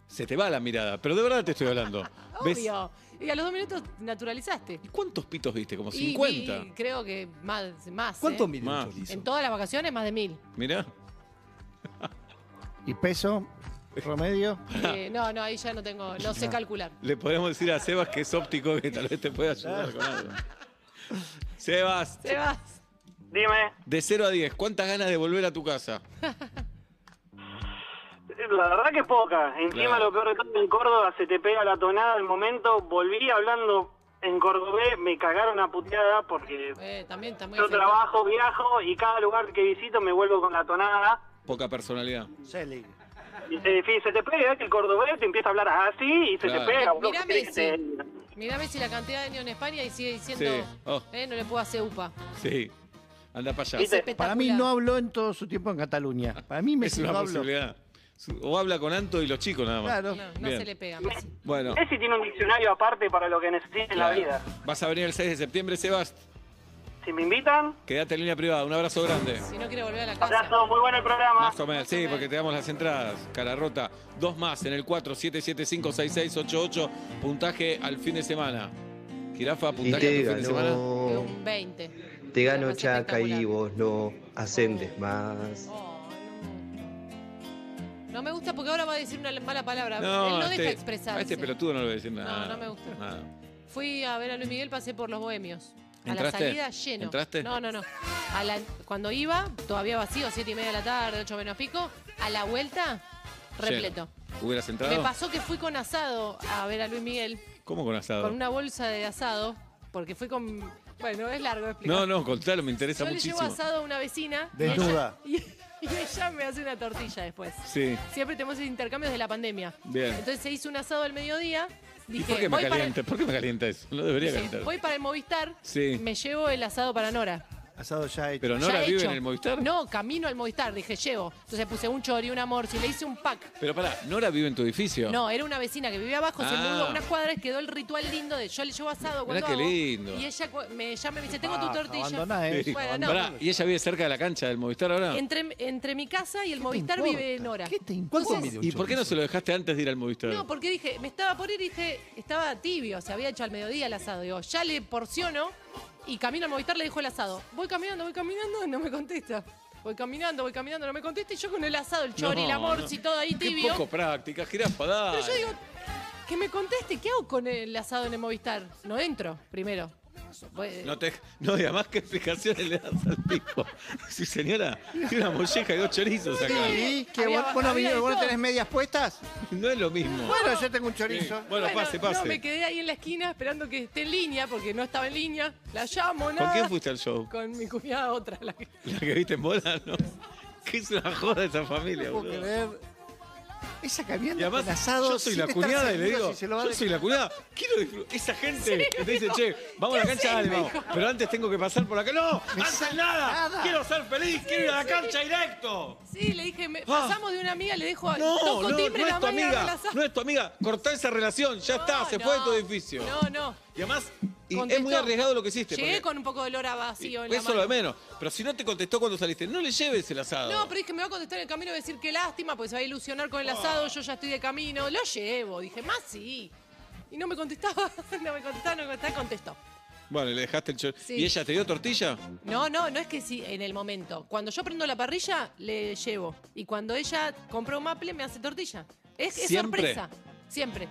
B: se te va la mirada, pero de verdad te estoy hablando. ¿Ves?
C: Obvio. Y a los dos minutos naturalizaste.
B: ¿Y cuántos pitos viste? Como
C: Y-
B: 50.
C: Y, creo que más. más
A: ¿Cuánto
C: ¿eh?
A: mide
B: Más.
A: un chorizo?
C: En todas las vacaciones, más de mil.
B: Mirá.
D: ¿Y peso? ¿Promedio?
C: Eh, no, no, ahí ya no tengo, no sé calcular.
B: Le podemos decir a Sebas que es óptico que tal vez te pueda ayudar con algo. Sebas,
C: Sebas,
H: Dime,
B: de 0 a 10, ¿cuántas ganas de volver a tu casa?
H: la verdad que poca. Encima
B: Claro.
H: lo peor de todo en Córdoba se te pega la tonada al momento. Volví hablando en cordobés, me cagaron a puteada porque
C: eh, también está muy
H: yo
C: afectado.
H: trabajo, viajo y cada lugar que visito me vuelvo con la tonada.
B: Poca personalidad.
D: Selig.
H: Y se, y se te pega ¿eh? que el cordobés te empieza a hablar así y se
B: Claro.
H: te pega. boludo, Este,
C: Mirá
H: que
C: Messi.
H: te-
C: Mirá Messi la cantidad de años en España y sigue diciendo,
B: Sí. Oh.
C: eh, no le puedo hacer upa.
B: Sí. Anda para allá.
H: ¿Viste?
D: Para mí no habló en todo su tiempo en Cataluña. Para mí me
B: Es una
D: no habló.
B: posibilidad. Su- O habla con Anto y los chicos nada más.
D: Claro.
C: No, no
B: Bien.
C: se le pega. Messi.
B: Bueno.
H: Messi tiene un diccionario aparte para lo que necesita en la
B: claro.
H: vida.
B: Vas a venir el 6 de septiembre, Sebas.
H: Si me invitan,
B: Quédate en línea privada. Un abrazo grande.
C: Si no quiere volver a la casa.
H: abrazo, muy bueno el programa.
B: Más o menos, sí, porque te damos las entradas. Cara rota. Dos más en el 47756688. Puntaje al fin de semana. Jirafa,
I: Y
B: puntaje
I: te
B: al fin de semana.
C: Fue
I: ganó,
C: Un 20.
I: te
C: La
I: ganó
C: pasé
I: Chaca y vos
C: espectacular.
I: no ascendes más.
C: Oh, no. No me gusta porque ahora va a decir una mala palabra. Él no deja expresarse.
B: A este pelotudo no le voy a decir nada.
C: no me gusta.
B: Nada.
C: Fui a ver a Luis Miguel, pasé por los bohemios. A la
B: ¿Entraste?
C: salida lleno.
B: ¿Entraste?
C: No, no, no. A la- cuando iba, todavía vacío, siete y media de la tarde, ocho menos pico. A la vuelta, repleto.
B: Lleno. ¿Hubieras entrado?
C: Me pasó que fui con asado a ver a Luis Miguel,
B: ¿Cómo con asado?
C: con una bolsa de asado, porque fui con. Bueno, es largo de explicar.
B: No, no, contalo, me interesa
C: Yo le llevo
B: muchísimo.
C: asado a una vecina
D: Desnuda.
C: y, y ella me hace una tortilla después.
B: Sí.
C: Siempre tenemos esos intercambios de la pandemia.
B: Bien.
C: Entonces se hizo un asado al mediodía.
B: ¿Y
C: Dije,
B: por qué me
C: voy para-
B: calienta? ¿Por qué me calienta eso? No debería
C: Dije,
B: calentar.
C: Voy para el Movistar,
B: Sí.
C: me llevo el asado para Nora.
D: Asado ya hecho.
B: Pero
C: ¿No
B: no la vive en el Movistar.
C: No, camino al Movistar, dije, llevo. Entonces puse un chori, un amor, si le hice un pack.
B: Pero pará, Nora vive en tu edificio.
C: No, era una vecina que vivía abajo, se
B: Ah.
C: mudó a unas cuadras, quedó el ritual lindo de yo le llevo asado
B: Mirá
C: cuando
B: qué
C: hago.
B: lindo.
C: Y ella cu- me llama y me dice, tengo tu
D: Ah,
C: tortilla.
D: abandoná eso,
C: Bueno, no.
B: Pará, ¿y ella vive cerca de la cancha del Movistar ahora?
C: Entre, entre mi casa y el Movistar vive Nora.
D: ¿Qué te importa?
A: ¿Cuánto
C: Entonces-
A: mide un
B: ¿Y por qué no
A: chorizo?
B: se lo dejaste antes de ir al Movistar?
C: No, porque dije, me estaba por ir y dije, estaba tibio, se había hecho al mediodía el asado. Digo, ya le porciono y camino al Movistar le dejo el asado. Voy caminando, voy caminando, no me contesta. Voy caminando, voy caminando, no me contesta. Y yo con el asado, el chori,
B: No,
C: la
B: no.
C: morsi, todo ahí
B: Qué
C: tibio.
B: poco práctica, jirafa, dale.
C: Pero yo digo, que me conteste, ¿qué hago con el asado en el Movistar? No entro, primero. Voy- eh,
B: No, te, no, y además, ¿qué explicaciones le das al tipo? Sí, señora, tiene una molleja y dos chorizos acá.
D: ¿Y que
C: Había-
D: vos, vos no,
C: había
D: viniste-
C: de
D: vos no
C: todo.
D: tenés medias puestas?
B: No es lo mismo.
D: Bueno, yo tengo un chorizo.
B: Sí. Bueno, pase, pase.
C: No, me quedé ahí en la esquina esperando que esté en línea, porque no estaba en línea. La llamo, nada.
B: ¿Con quién fuiste al show?
C: Con mi cuñada otra. La que-
B: ¿La que viste en bola? No. ¿Qué es una joda esa familia,
D: puedo
B: boludo?
D: creer. Esa
B: Y
D: caminando
B: además,
D: con asado.
B: yo soy
D: sin
B: la
D: estar
B: cuñada y le
D: seguro
B: digo,
D: si se lo va a
B: yo soy la cuñada, quiero disfrutar. Esa gente que te dice, che, vamos a la
C: ¿Qué
B: cancha, dale,
C: haces,
B: vamos.
C: mijo?
B: Pero antes tengo que pasar por acá. ¡No! ¡Antes nada!
D: nada.
B: ¡Quiero ser feliz! ¡Quiero ir a la cancha directo!
C: Sí, le dije, me-
B: Ah.
C: pasamos de una amiga, le dejo a.
B: No,
C: toco
B: no, no
C: timbre, la
B: es tu
C: mano y agarro
B: amiga,
C: la sa-
B: no es tu amiga. Cortá esa relación, ya está,
C: No,
B: se fue de tu
C: no.
B: edificio.
C: No, no.
B: Y además, y es
C: Contestó.
B: muy arriesgado lo que hiciste.
C: Llegué
B: porque-
C: con un poco de olor a vacío en la
B: Eso lo de
C: mano.
B: menos. Pero si no te contestó cuando saliste, no le lleves el asado.
C: No, pero dije, me va a contestar en el camino y va a decir qué lástima, pues se va a ilusionar
B: Ah.
C: con el asado, yo ya estoy de camino, lo llevo. Dije, más sí. Y no me contestaba, no me contestaba, no me contestaba, contestó.
B: Bueno, le dejaste el chorizo.
C: Sí.
B: ¿Y ella te dio tortilla?
C: No, no, no es que sí, en el momento. Cuando yo prendo la parrilla, le llevo. Y cuando ella compró un maple, me hace tortilla. Es, es
B: Siempre.
C: sorpresa. Siempre.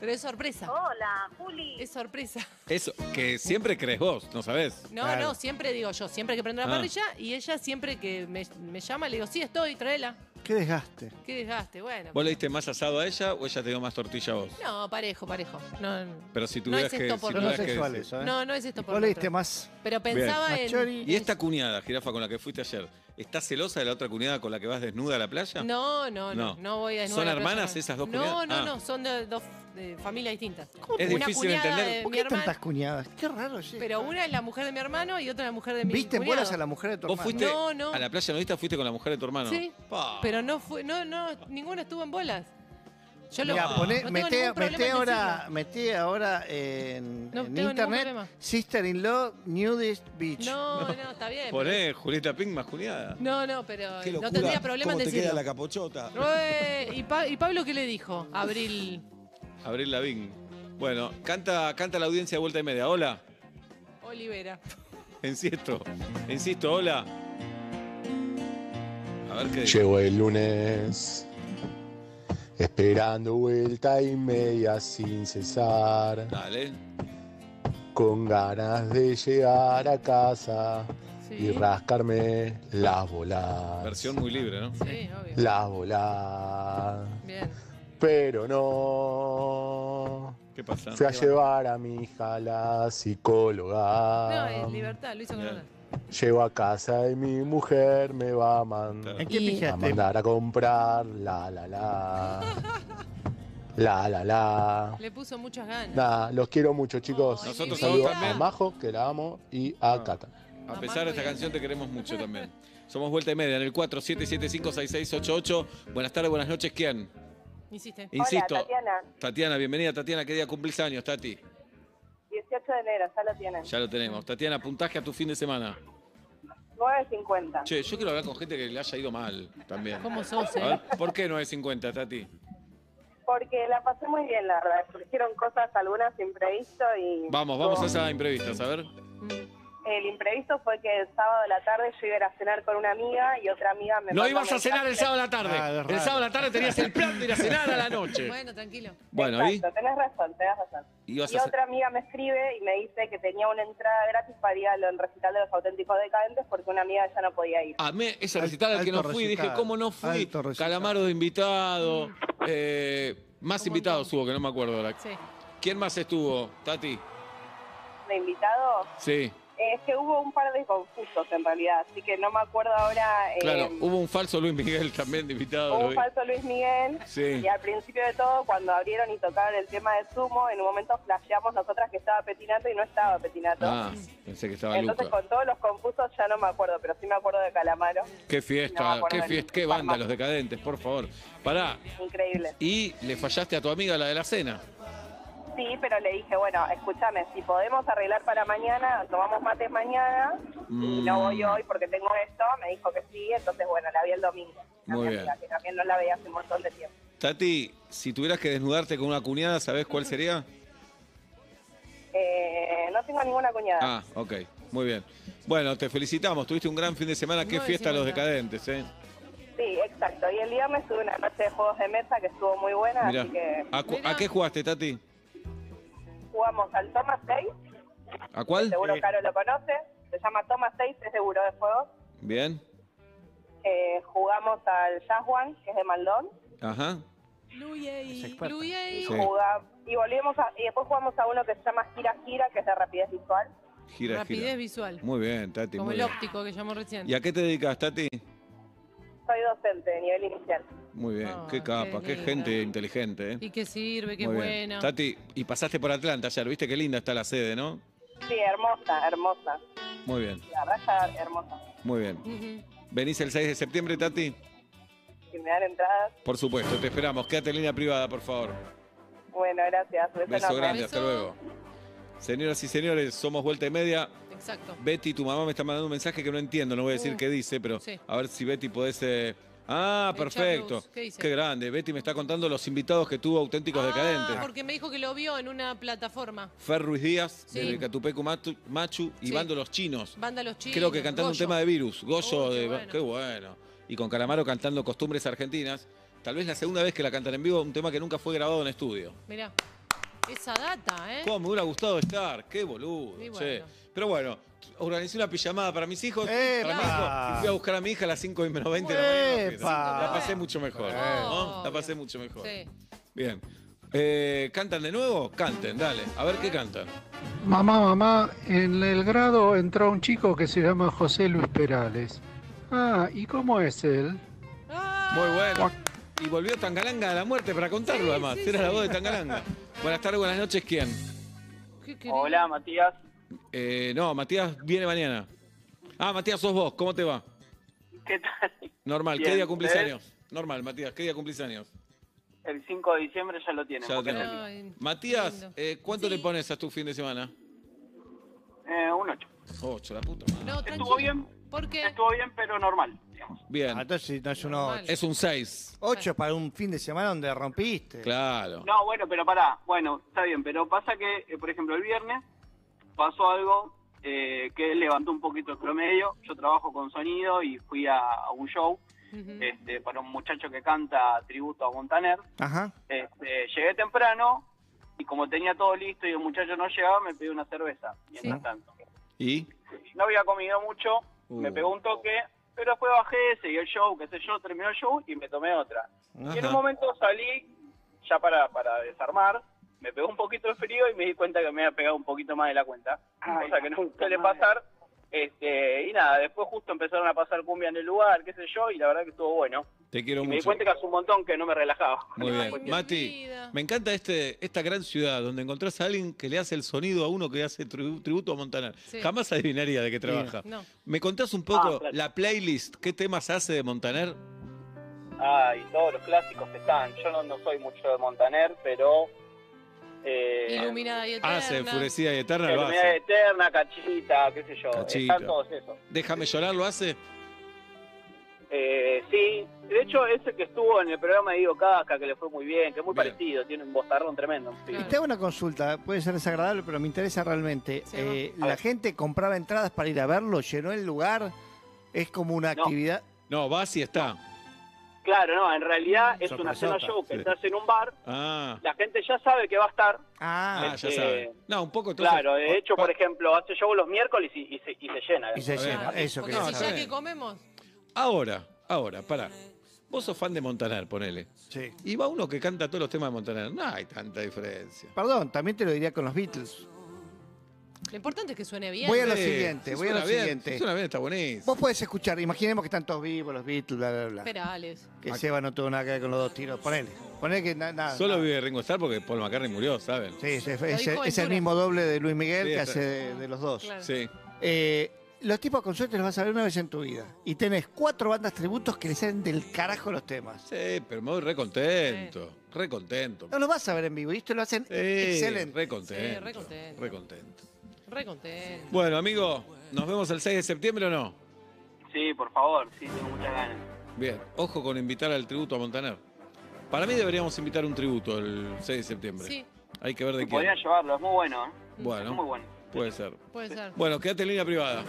C: Pero es sorpresa.
J: Hola, Juli.
C: Es sorpresa.
B: Eso, que siempre crees vos, ¿no sabés?
C: No, no, siempre digo yo, siempre que prendo la
B: Ah.
C: parrilla y ella siempre que me, me llama le digo, sí, estoy, tráela.
D: Qué desgaste.
C: Qué desgaste, bueno.
B: ¿Vos le diste más asado a ella o ella te dio más tortilla a vos?
C: No, parejo, parejo. No, no.
B: Pero si
C: No
B: tuvieras
C: es
B: que.
C: esto
B: si
C: por
D: Pero
C: lo
D: no
B: tuvieras
C: menos.
B: que
D: sexual
B: decir-
D: eso, ¿eh?
C: No, no es esto
D: ¿Y
C: por
D: vos le
C: lo
D: diste
C: otro.
D: más?
C: Pero pensaba
D: más
C: en...
D: chori?
B: ¿Y esta cuñada, jirafa, con la que fuiste ayer, está celosa de la otra cuñada con la que vas desnuda a la playa?
C: No, no, no,
B: No.
C: no, voy a desnudar
B: ¿Son
C: a la playa,
B: hermanas
C: no.
B: esas dos
C: No,
B: cuñadas?
C: no,
B: Ah.
C: no, son de dos de familias distintas.
B: Es
C: una
B: difícil
C: cuñada
B: entender.
C: de
D: ¿Por
C: mi
D: qué
C: hermano,
D: tantas cuñadas? Qué raro, sí.
C: pero una es la mujer de mi hermano y otra la mujer de mi
D: ¿Viste en
C: cuñado.
D: bolas a la mujer de tu
B: ¿Vos
D: hermano?
B: fuiste
C: No, no.
B: a la playa nudista? ¿Fuiste con la mujer de tu hermano?
C: Sí,
B: Pa.
C: pero no fue, no, no, ninguno estuvo en bolas. Yo lo
D: Mira,
C: no
D: poné,
C: tengo
D: meté,
C: ningún problema
D: meté
C: en
D: ahora,
C: decirlo.
D: meté ahora en,
C: No
D: en
C: tengo ningún
D: internet
C: problema.
D: Sister in Law Nudist Beach.
C: No, no, está bien.
B: Poné Julieta Pink más cuñada.
C: No, no, pero
A: Qué
C: eh,
A: locura,
C: no tendría problema
A: ¿Cómo
C: en
A: te
C: decirlo.
A: queda la capochota?
C: Eh, ¿y, Pa- y Pablo qué le dijo? Abril.
B: Abril Lavín. Bueno, canta, canta la audiencia de vuelta y media. Hola.
C: Olivera.
B: Insisto. Insisto, hola. A ver qué dice.
J: Llego el lunes, esperando vuelta y media sin cesar,
B: Dale.
J: con ganas de llegar a casa y
C: Sí.
J: rascarme las bolas,
B: Versión muy libre, ¿no?
C: Sí, obvio.
J: las bolas,
C: Bien.
J: pero no.
B: ¿Qué pasa?
J: Fui a llevar a mi hija a la
C: No,
J: psicóloga.
C: es libertad, lo hizo con
B: Bien.
C: honor.
J: Llego a casa y mi mujer me va a mandar.
D: ¿En qué
E: Y-
J: A
D: pillaste?
J: mandar a comprar la la la. La la la.
C: Le puso muchas ganas.
J: Nada, los quiero mucho, chicos.
C: Ay,
B: Nosotros
J: Un
B: a vos
J: saludo
B: también.
J: a Majo, que la amo, y a
B: Ah.
J: Cata.
B: A pesar de esta canción te queremos mucho también. Somos Vuelta y Media en el 47756688. Buenas tardes, buenas noches, ¿quién?
C: Insiste.
B: Insisto.
K: Tatiana,
B: Tatiana, bienvenida. Tatiana, ¿qué día cumplís años, Tati?
K: 18 de enero, ya lo tienen.
B: Ya lo tenemos. Tatiana, puntaje a tu fin de semana.
K: 9.50.
B: Che, yo quiero hablar con gente que le haya ido mal también.
C: ¿Cómo sos,
B: A
C: eh?
B: ver, ¿por qué no es 50, Tati?
K: Porque la pasé muy bien, la verdad. Surgieron cosas, algunas imprevisto y...
B: Vamos, vamos a esas imprevistas, a ver.
K: El imprevisto fue que el sábado de la tarde yo iba a ir a cenar con una amiga y otra amiga me
B: No
K: mandó
B: ibas a cenar el
K: mensaje.
B: sábado a la tarde.
D: Ah, es
B: el
D: raro.
B: sábado a la tarde tenías el plan de ir a cenar a la noche.
C: Bueno, tranquilo.
B: Bueno, ¿y?
K: Exacto, tenés razón, tenés razón.
B: Ibas
K: Y
B: a ce-
K: otra amiga me escribe y me dice que tenía una entrada gratis para ir al recital de los auténticos decadentes porque una amiga ya no podía ir.
B: A mí, ese
D: Al-
B: recital al que no
D: alto
B: fui, dije,
D: recital.
B: ¿cómo no fui?
D: Alto recital.
B: Calamaro de invitado. eh, más
C: Un
B: invitados
C: montón.
B: hubo, que no me acuerdo ahora.
C: Sí.
B: ¿Quién más estuvo, Tati?
K: De invitado,
B: Sí,
K: eh, es que hubo un par de confusos en realidad, así que no me acuerdo ahora... eh,
B: claro. Hubo un falso Luis Miguel también de invitado.
K: Hubo
B: lo
K: un
B: vi.
K: falso Luis Miguel.
B: Sí.
K: Y al principio de todo, cuando abrieron y tocaron el tema de sumo, en un momento flasheamos nosotras que estaba Petinato y no estaba Petinato.
B: Ah, pensé que estaba
K: Entonces,
B: Luca.
K: con todos los confusos ya no me acuerdo, pero sí me acuerdo de Calamaro.
B: Qué
K: No me
B: fiesta,
K: acuerdo
B: qué
K: del
B: fiesta, qué
K: formato.
B: banda, los decadentes, por favor. Pará.
K: Increíble.
B: Y le fallaste a tu amiga la de la cena.
K: Sí, pero le dije, bueno, escúchame, si podemos arreglar para mañana, tomamos mates mañana y
B: Mm.
K: no voy hoy porque tengo esto. Me dijo que sí, entonces, bueno, la vi el domingo. A mi
B: Muy
K: amiga,
B: bien.
K: Que también no la veía hace un montón de tiempo.
B: Tati, si tuvieras que desnudarte con una cuñada, ¿sabés cuál sería?
K: Eh, no tengo ninguna cuñada.
B: Ah, ok, muy bien. Bueno, te felicitamos, tuviste un gran fin de semana, qué
C: No
B: fiesta los
C: decimos nada.
B: decadentes, ¿eh?
K: Sí, exacto. Y el viernes tuve una noche de juegos de mesa que estuvo muy buena,
B: Mirá.
K: así que
B: ¿A, cu-
C: Mirá.
B: a qué jugaste, Tati?
K: jugamos al Toma 6,
B: ¿A cuál?
K: seguro Caro lo conoce, se llama Toma 6, es de Buró de Fuego.
B: Bien,
K: Eh, jugamos al Jazz One, que es de Maldon,
B: ajá.
D: Es
C: Luyey.
D: experta.
C: Luyey.
K: y,
B: Sí.
K: juga- y volvimos a- y después jugamos a uno que se llama Gira Gira, que es de rapidez visual.
B: Gira,
C: Rapidez
B: gira.
C: visual.
B: Muy bien, Tati.
C: Como
B: muy
C: el
B: bien.
C: óptico que llamó recién.
B: ¿Y a qué te dedicas, Tati?
K: Soy docente de nivel inicial.
B: Muy bien,
C: Ah,
B: qué
C: qué
B: capa, qué,
C: linda.
B: gente inteligente, ¿eh?
C: ¿Y qué sirve? ¿Qué
B: Muy bien.
C: bueno?
B: Tati, y pasaste por Atlanta ayer, viste qué linda está la sede, ¿no?
K: Sí, hermosa, hermosa.
B: Muy bien,
K: La verdad está hermosa.
B: muy bien.
C: Ujú.
B: ¿Venís el 6 de septiembre, Tati?
K: Si me dan entradas,
B: Por supuesto, te esperamos. Quédate en línea privada, por favor.
K: bueno, gracias. Beso
B: Beso
K: enorme.
B: grande, hasta
C: Beso.
B: luego. Señoras y señores, somos Vuelta y Media.
C: Exacto.
B: Betty, tu mamá me está mandando un mensaje que no entiendo, no voy a decir
C: Uh,
B: qué dice, pero
C: sí.
B: a ver si Betty podés... eh, Ah,
C: Echar
B: perfecto.
C: luz, ¿qué dice?
B: grande. Betty me está contando los invitados que tuvo auténticos
C: Ah,
B: decadentes.
C: porque me dijo que lo vio en una plataforma.
B: Fer Ruiz Díaz,
C: Sí.
B: desde Catupecu Matu- Machu, y
C: Sí.
B: Bando los Chinos.
C: Banda Los Chicos.
B: Creo que cantando un tema de virus. Goyo
C: Oh, qué
B: de.
C: bueno.
B: Qué bueno. Y con Calamaro cantando Costumbres Argentinas. Tal vez la segunda vez que la cantan en vivo, un tema que nunca fue grabado en estudio.
C: Mirá. Esa data, ¿eh?
B: ¿Cómo me hubiera gustado estar? Qué boludo. che.
C: Y bueno.
B: Pero bueno, organizé una pijamada para mis hijos.
D: ¡Epa!
B: Para mi hijo. Y fui a buscar a mi hija a las 5 y menos 20 de la mañana.
D: ¡Epa!
B: La pasé mucho mejor. ¿no? La
C: Obvio.
B: pasé mucho mejor.
C: Sí.
B: Bien. Eh, ¿Cantan de nuevo? Canten, dale. A ver qué cantan.
L: Mamá, mamá, en el grado entró un chico que se llama José Luis Perales. Ah, ¿y cómo es él?
C: Ah,
B: Muy bueno. Y volvió Tangalanga de la muerte para contarlo,
C: Sí,
B: además.
C: sí,
B: Era la
C: sí.
B: voz de Tangalanga. Buenas tardes, buenas noches. ¿Quién?
C: qué querido.
H: Hola, Matías.
B: Eh, no, Matías viene mañana. Ah, Matías, sos vos. ¿Cómo te va?
H: ¿Qué tal?
B: Normal. ¿Qué
H: Bien,
B: día cumplís
H: ¿eh?
B: años? Normal, Matías. ¿Qué día cumplís años?
M: El 5 de diciembre ya lo tienen.
B: Ya lo
M: porque es
B: tenemos.
M: el-
B: Matías, eh, ¿cuánto le pones a tu fin de semana?
M: eh, un 8.
B: 8, la puta madre.
C: No,
M: Estuvo bien. Estuvo bien, pero normal.
B: Bien.
M: Ah,
D: entonces no es un 8.
B: Es un 6.
D: 8 para un fin de semana donde rompiste.
B: Claro.
M: No, bueno, pero pará. Bueno, está bien, pero pasa que, eh, por ejemplo, el viernes pasó algo eh, que levantó un poquito el promedio. Yo trabajo con sonido y fui a, a un show este, para un muchacho que canta tributo a Montaner.
D: Ajá.
M: Este, llegué temprano y como tenía todo listo y el muchacho no llegaba, me pedí una cerveza. Mientras tanto.
B: ¿Y?
M: No había comido mucho, me
B: Uh.
M: pegó un toque, pero después bajé, seguí el show, qué sé yo, terminó el show y me tomé otra. Y en
B: Ajá.
M: un momento salí, ya para, para desarmar, me pegó un poquito de frío y me di cuenta que me había pegado un poquito más de la cuenta, cosa que no suele pasar. Este, y nada, después justo empezaron a pasar cumbia en el lugar, qué sé yo, y la verdad que estuvo bueno.
B: Te quiero
M: Y me di
B: mucho.
M: cuenta que hace un montón que no me relajaba.
B: Muy bien. Mati, me encanta este, esta gran ciudad donde encontrás a alguien que le hace el sonido a uno que hace tri- tributo a Montaner.
C: Sí.
B: Jamás adivinaría de qué trabaja. ¿Me contás un
M: Ah,
B: poco la playlist? ¿Qué temas hace de Montaner?
M: Ay, todos los clásicos están. Yo no, no soy mucho de Montaner, pero... eh,
C: Iluminada y eterna.
B: Hace Enfurecida y Eterna lo
M: Terminal
B: hace.
M: Eterna, Cachita, qué sé yo.
B: Cachita.
M: Están todos esos.
B: Déjame llorar, lo hace.
M: Eh, sí, de hecho, ese que estuvo en el programa de Diego Casca, que le fue muy bien, que es muy parecido, tiene un bostarrón tremendo. sí.
D: Y te hago una consulta, puede ser desagradable, pero me interesa realmente. Eh, la gente compraba entradas para ir a verlo, llenó el lugar, es como una actividad.
B: No, vas y está.
M: Claro, no, en realidad es una
B: Sorpresota,
M: cena show que
B: sí.
M: se hace en un bar,
B: Ah,
M: la gente ya sabe que va a estar.
B: ah, ya
M: Este,
B: sabes. No, un poco entonces-
M: Claro, de hecho, por ejemplo, hace show los miércoles y, y se, y se llena.
D: Y se
B: Está
D: llena,
B: bien.
D: eso
B: Porque
D: quería
B: si
D: saber.
C: ¿Qué comemos?
B: Ahora, ahora, pará. Vos sos fan de Montaner, ponele.
D: Sí.
B: Y va uno que canta todos los temas de Montaner. No hay tanta diferencia.
D: Perdón, también te lo diría con los Beatles.
C: Lo importante es que suene bien.
D: Voy a lo
B: Sí,
D: siguiente,
B: si
D: voy a lo
B: suena bien,
D: siguiente.
B: si suena bien, está buenísimo.
D: Vos podés escuchar, imaginemos que están todos vivos, los Beatles, bla, bla, bla.
C: Espera, Alex.
D: Que Seba no tuvo nada que ver con los dos tiros. Ponele, ponele que na- nada.
B: Solo vive Ringo Starr porque Paul McCartney murió, ¿saben?
D: Sí, es, es-
B: dijo
D: es el
B: Ventura.
D: mismo doble de Luis Miguel
B: Sí,
D: que
B: está-
D: hace de, de los dos.
B: Sí.
D: Eh, los tipos con suerte los vas a ver una vez en tu vida. Y tenés cuatro bandas tributos que le salen del carajo los temas.
B: Sí, pero me voy re contento. Re contento.
D: No los vas a ver en vivo y esto lo hacen
B: Sí,
D: excelente.
B: Re contento.
C: Sí, re contento.
B: Re contento.
C: Re contento.
B: Bueno, amigo, ¿nos vemos el 6 de septiembre o no?
M: Sí, por favor, sí, tengo muchas ganas.
B: Bien, ojo con invitar al tributo a Montaner. Para mí deberíamos invitar un tributo el 6 de septiembre.
C: Sí.
B: Hay que ver de
M: Podría
B: quién.
M: llevarlo, es muy bueno. ¿eh?
B: Bueno.
M: Es muy bueno.
B: Puede ser.
C: Puede ser.
B: Bueno, quédate en línea privada.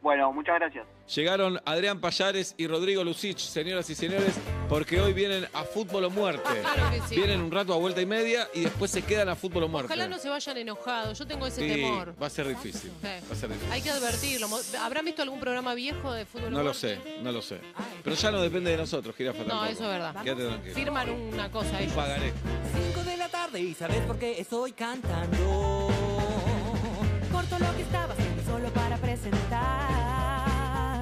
M: Bueno, muchas gracias.
B: Llegaron Adrián Payares y Rodrigo Lucich, señoras y señores, porque hoy vienen a fútbol o muerte.
C: Claro que sí.
B: Vienen un rato a vuelta y media y después se quedan a fútbol o muerte.
C: Ojalá no se vayan enojados. Yo tengo ese
B: Sí,
C: temor.
B: va a ser difícil.
C: Sí.
B: Va a ser difícil.
C: Hay que advertirlo. Mo- ¿Habrán visto algún programa viejo de fútbol?
B: No lo sé, no lo sé. Pero ya no depende de nosotros, jirafa.
C: No,
B: tampoco.
C: eso es verdad.
B: Quédate tranquilo.
C: Firman una cosa ellos.
B: Pagaré.
N: 5 de la tarde y sabes por qué estoy cantando. Corto lo que estaba haciendo solo para presentar.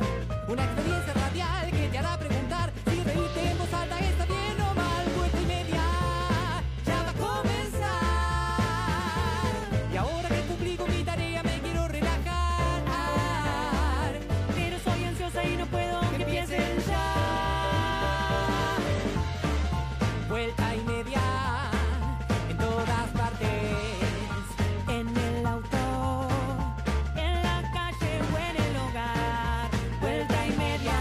N: Una experiencia radial que te hará preguntar si reírte en voz alta está bien o mal. Vuelta y media ya va a comenzar. Y ahora que cumplí con mi tarea me quiero relajar. Pero soy ansiosa y no puedo que empiecen ya. Vuelta y media en todas partes. En el auto, en la calle o en el hogar. Vuelta y media.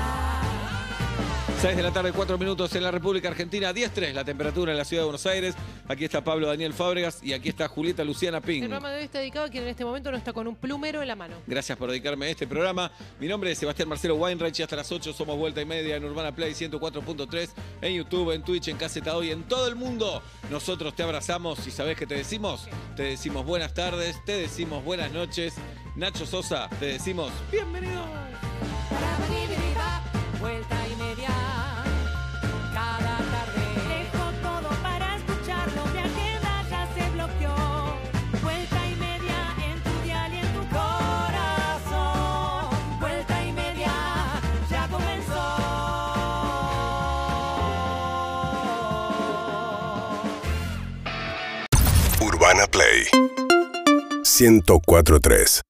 B: 6 de la tarde, 4 minutos en la República Argentina, 10-3 la temperatura en la ciudad de Buenos Aires. Aquí está Pablo Daniel Fábregas y aquí está Julieta Luciana
C: El
B: Ping.
C: programa de hoy está dedicado a quien en este momento no está con un plumero en la mano.
B: Gracias por dedicarme a este programa. Mi nombre es Sebastián Marcelo Weinreich y hasta las 8 somos Vuelta y Media en Urbana Play 104.3, en YouTube, en Twitch, en Caseta Hoy, en todo el mundo. Nosotros te abrazamos y ¿sabés qué te decimos? Te decimos buenas tardes, te decimos buenas noches. Nacho Sosa, te decimos
N: Bienvenidos. Vuelta y media. Cada tarde. Dejo todo para escucharlo. Mi agenda ya se bloqueó. Vuelta y media en tu dial y en tu corazón. Vuelta y media. Ya comenzó.
O: Urbana Play 1043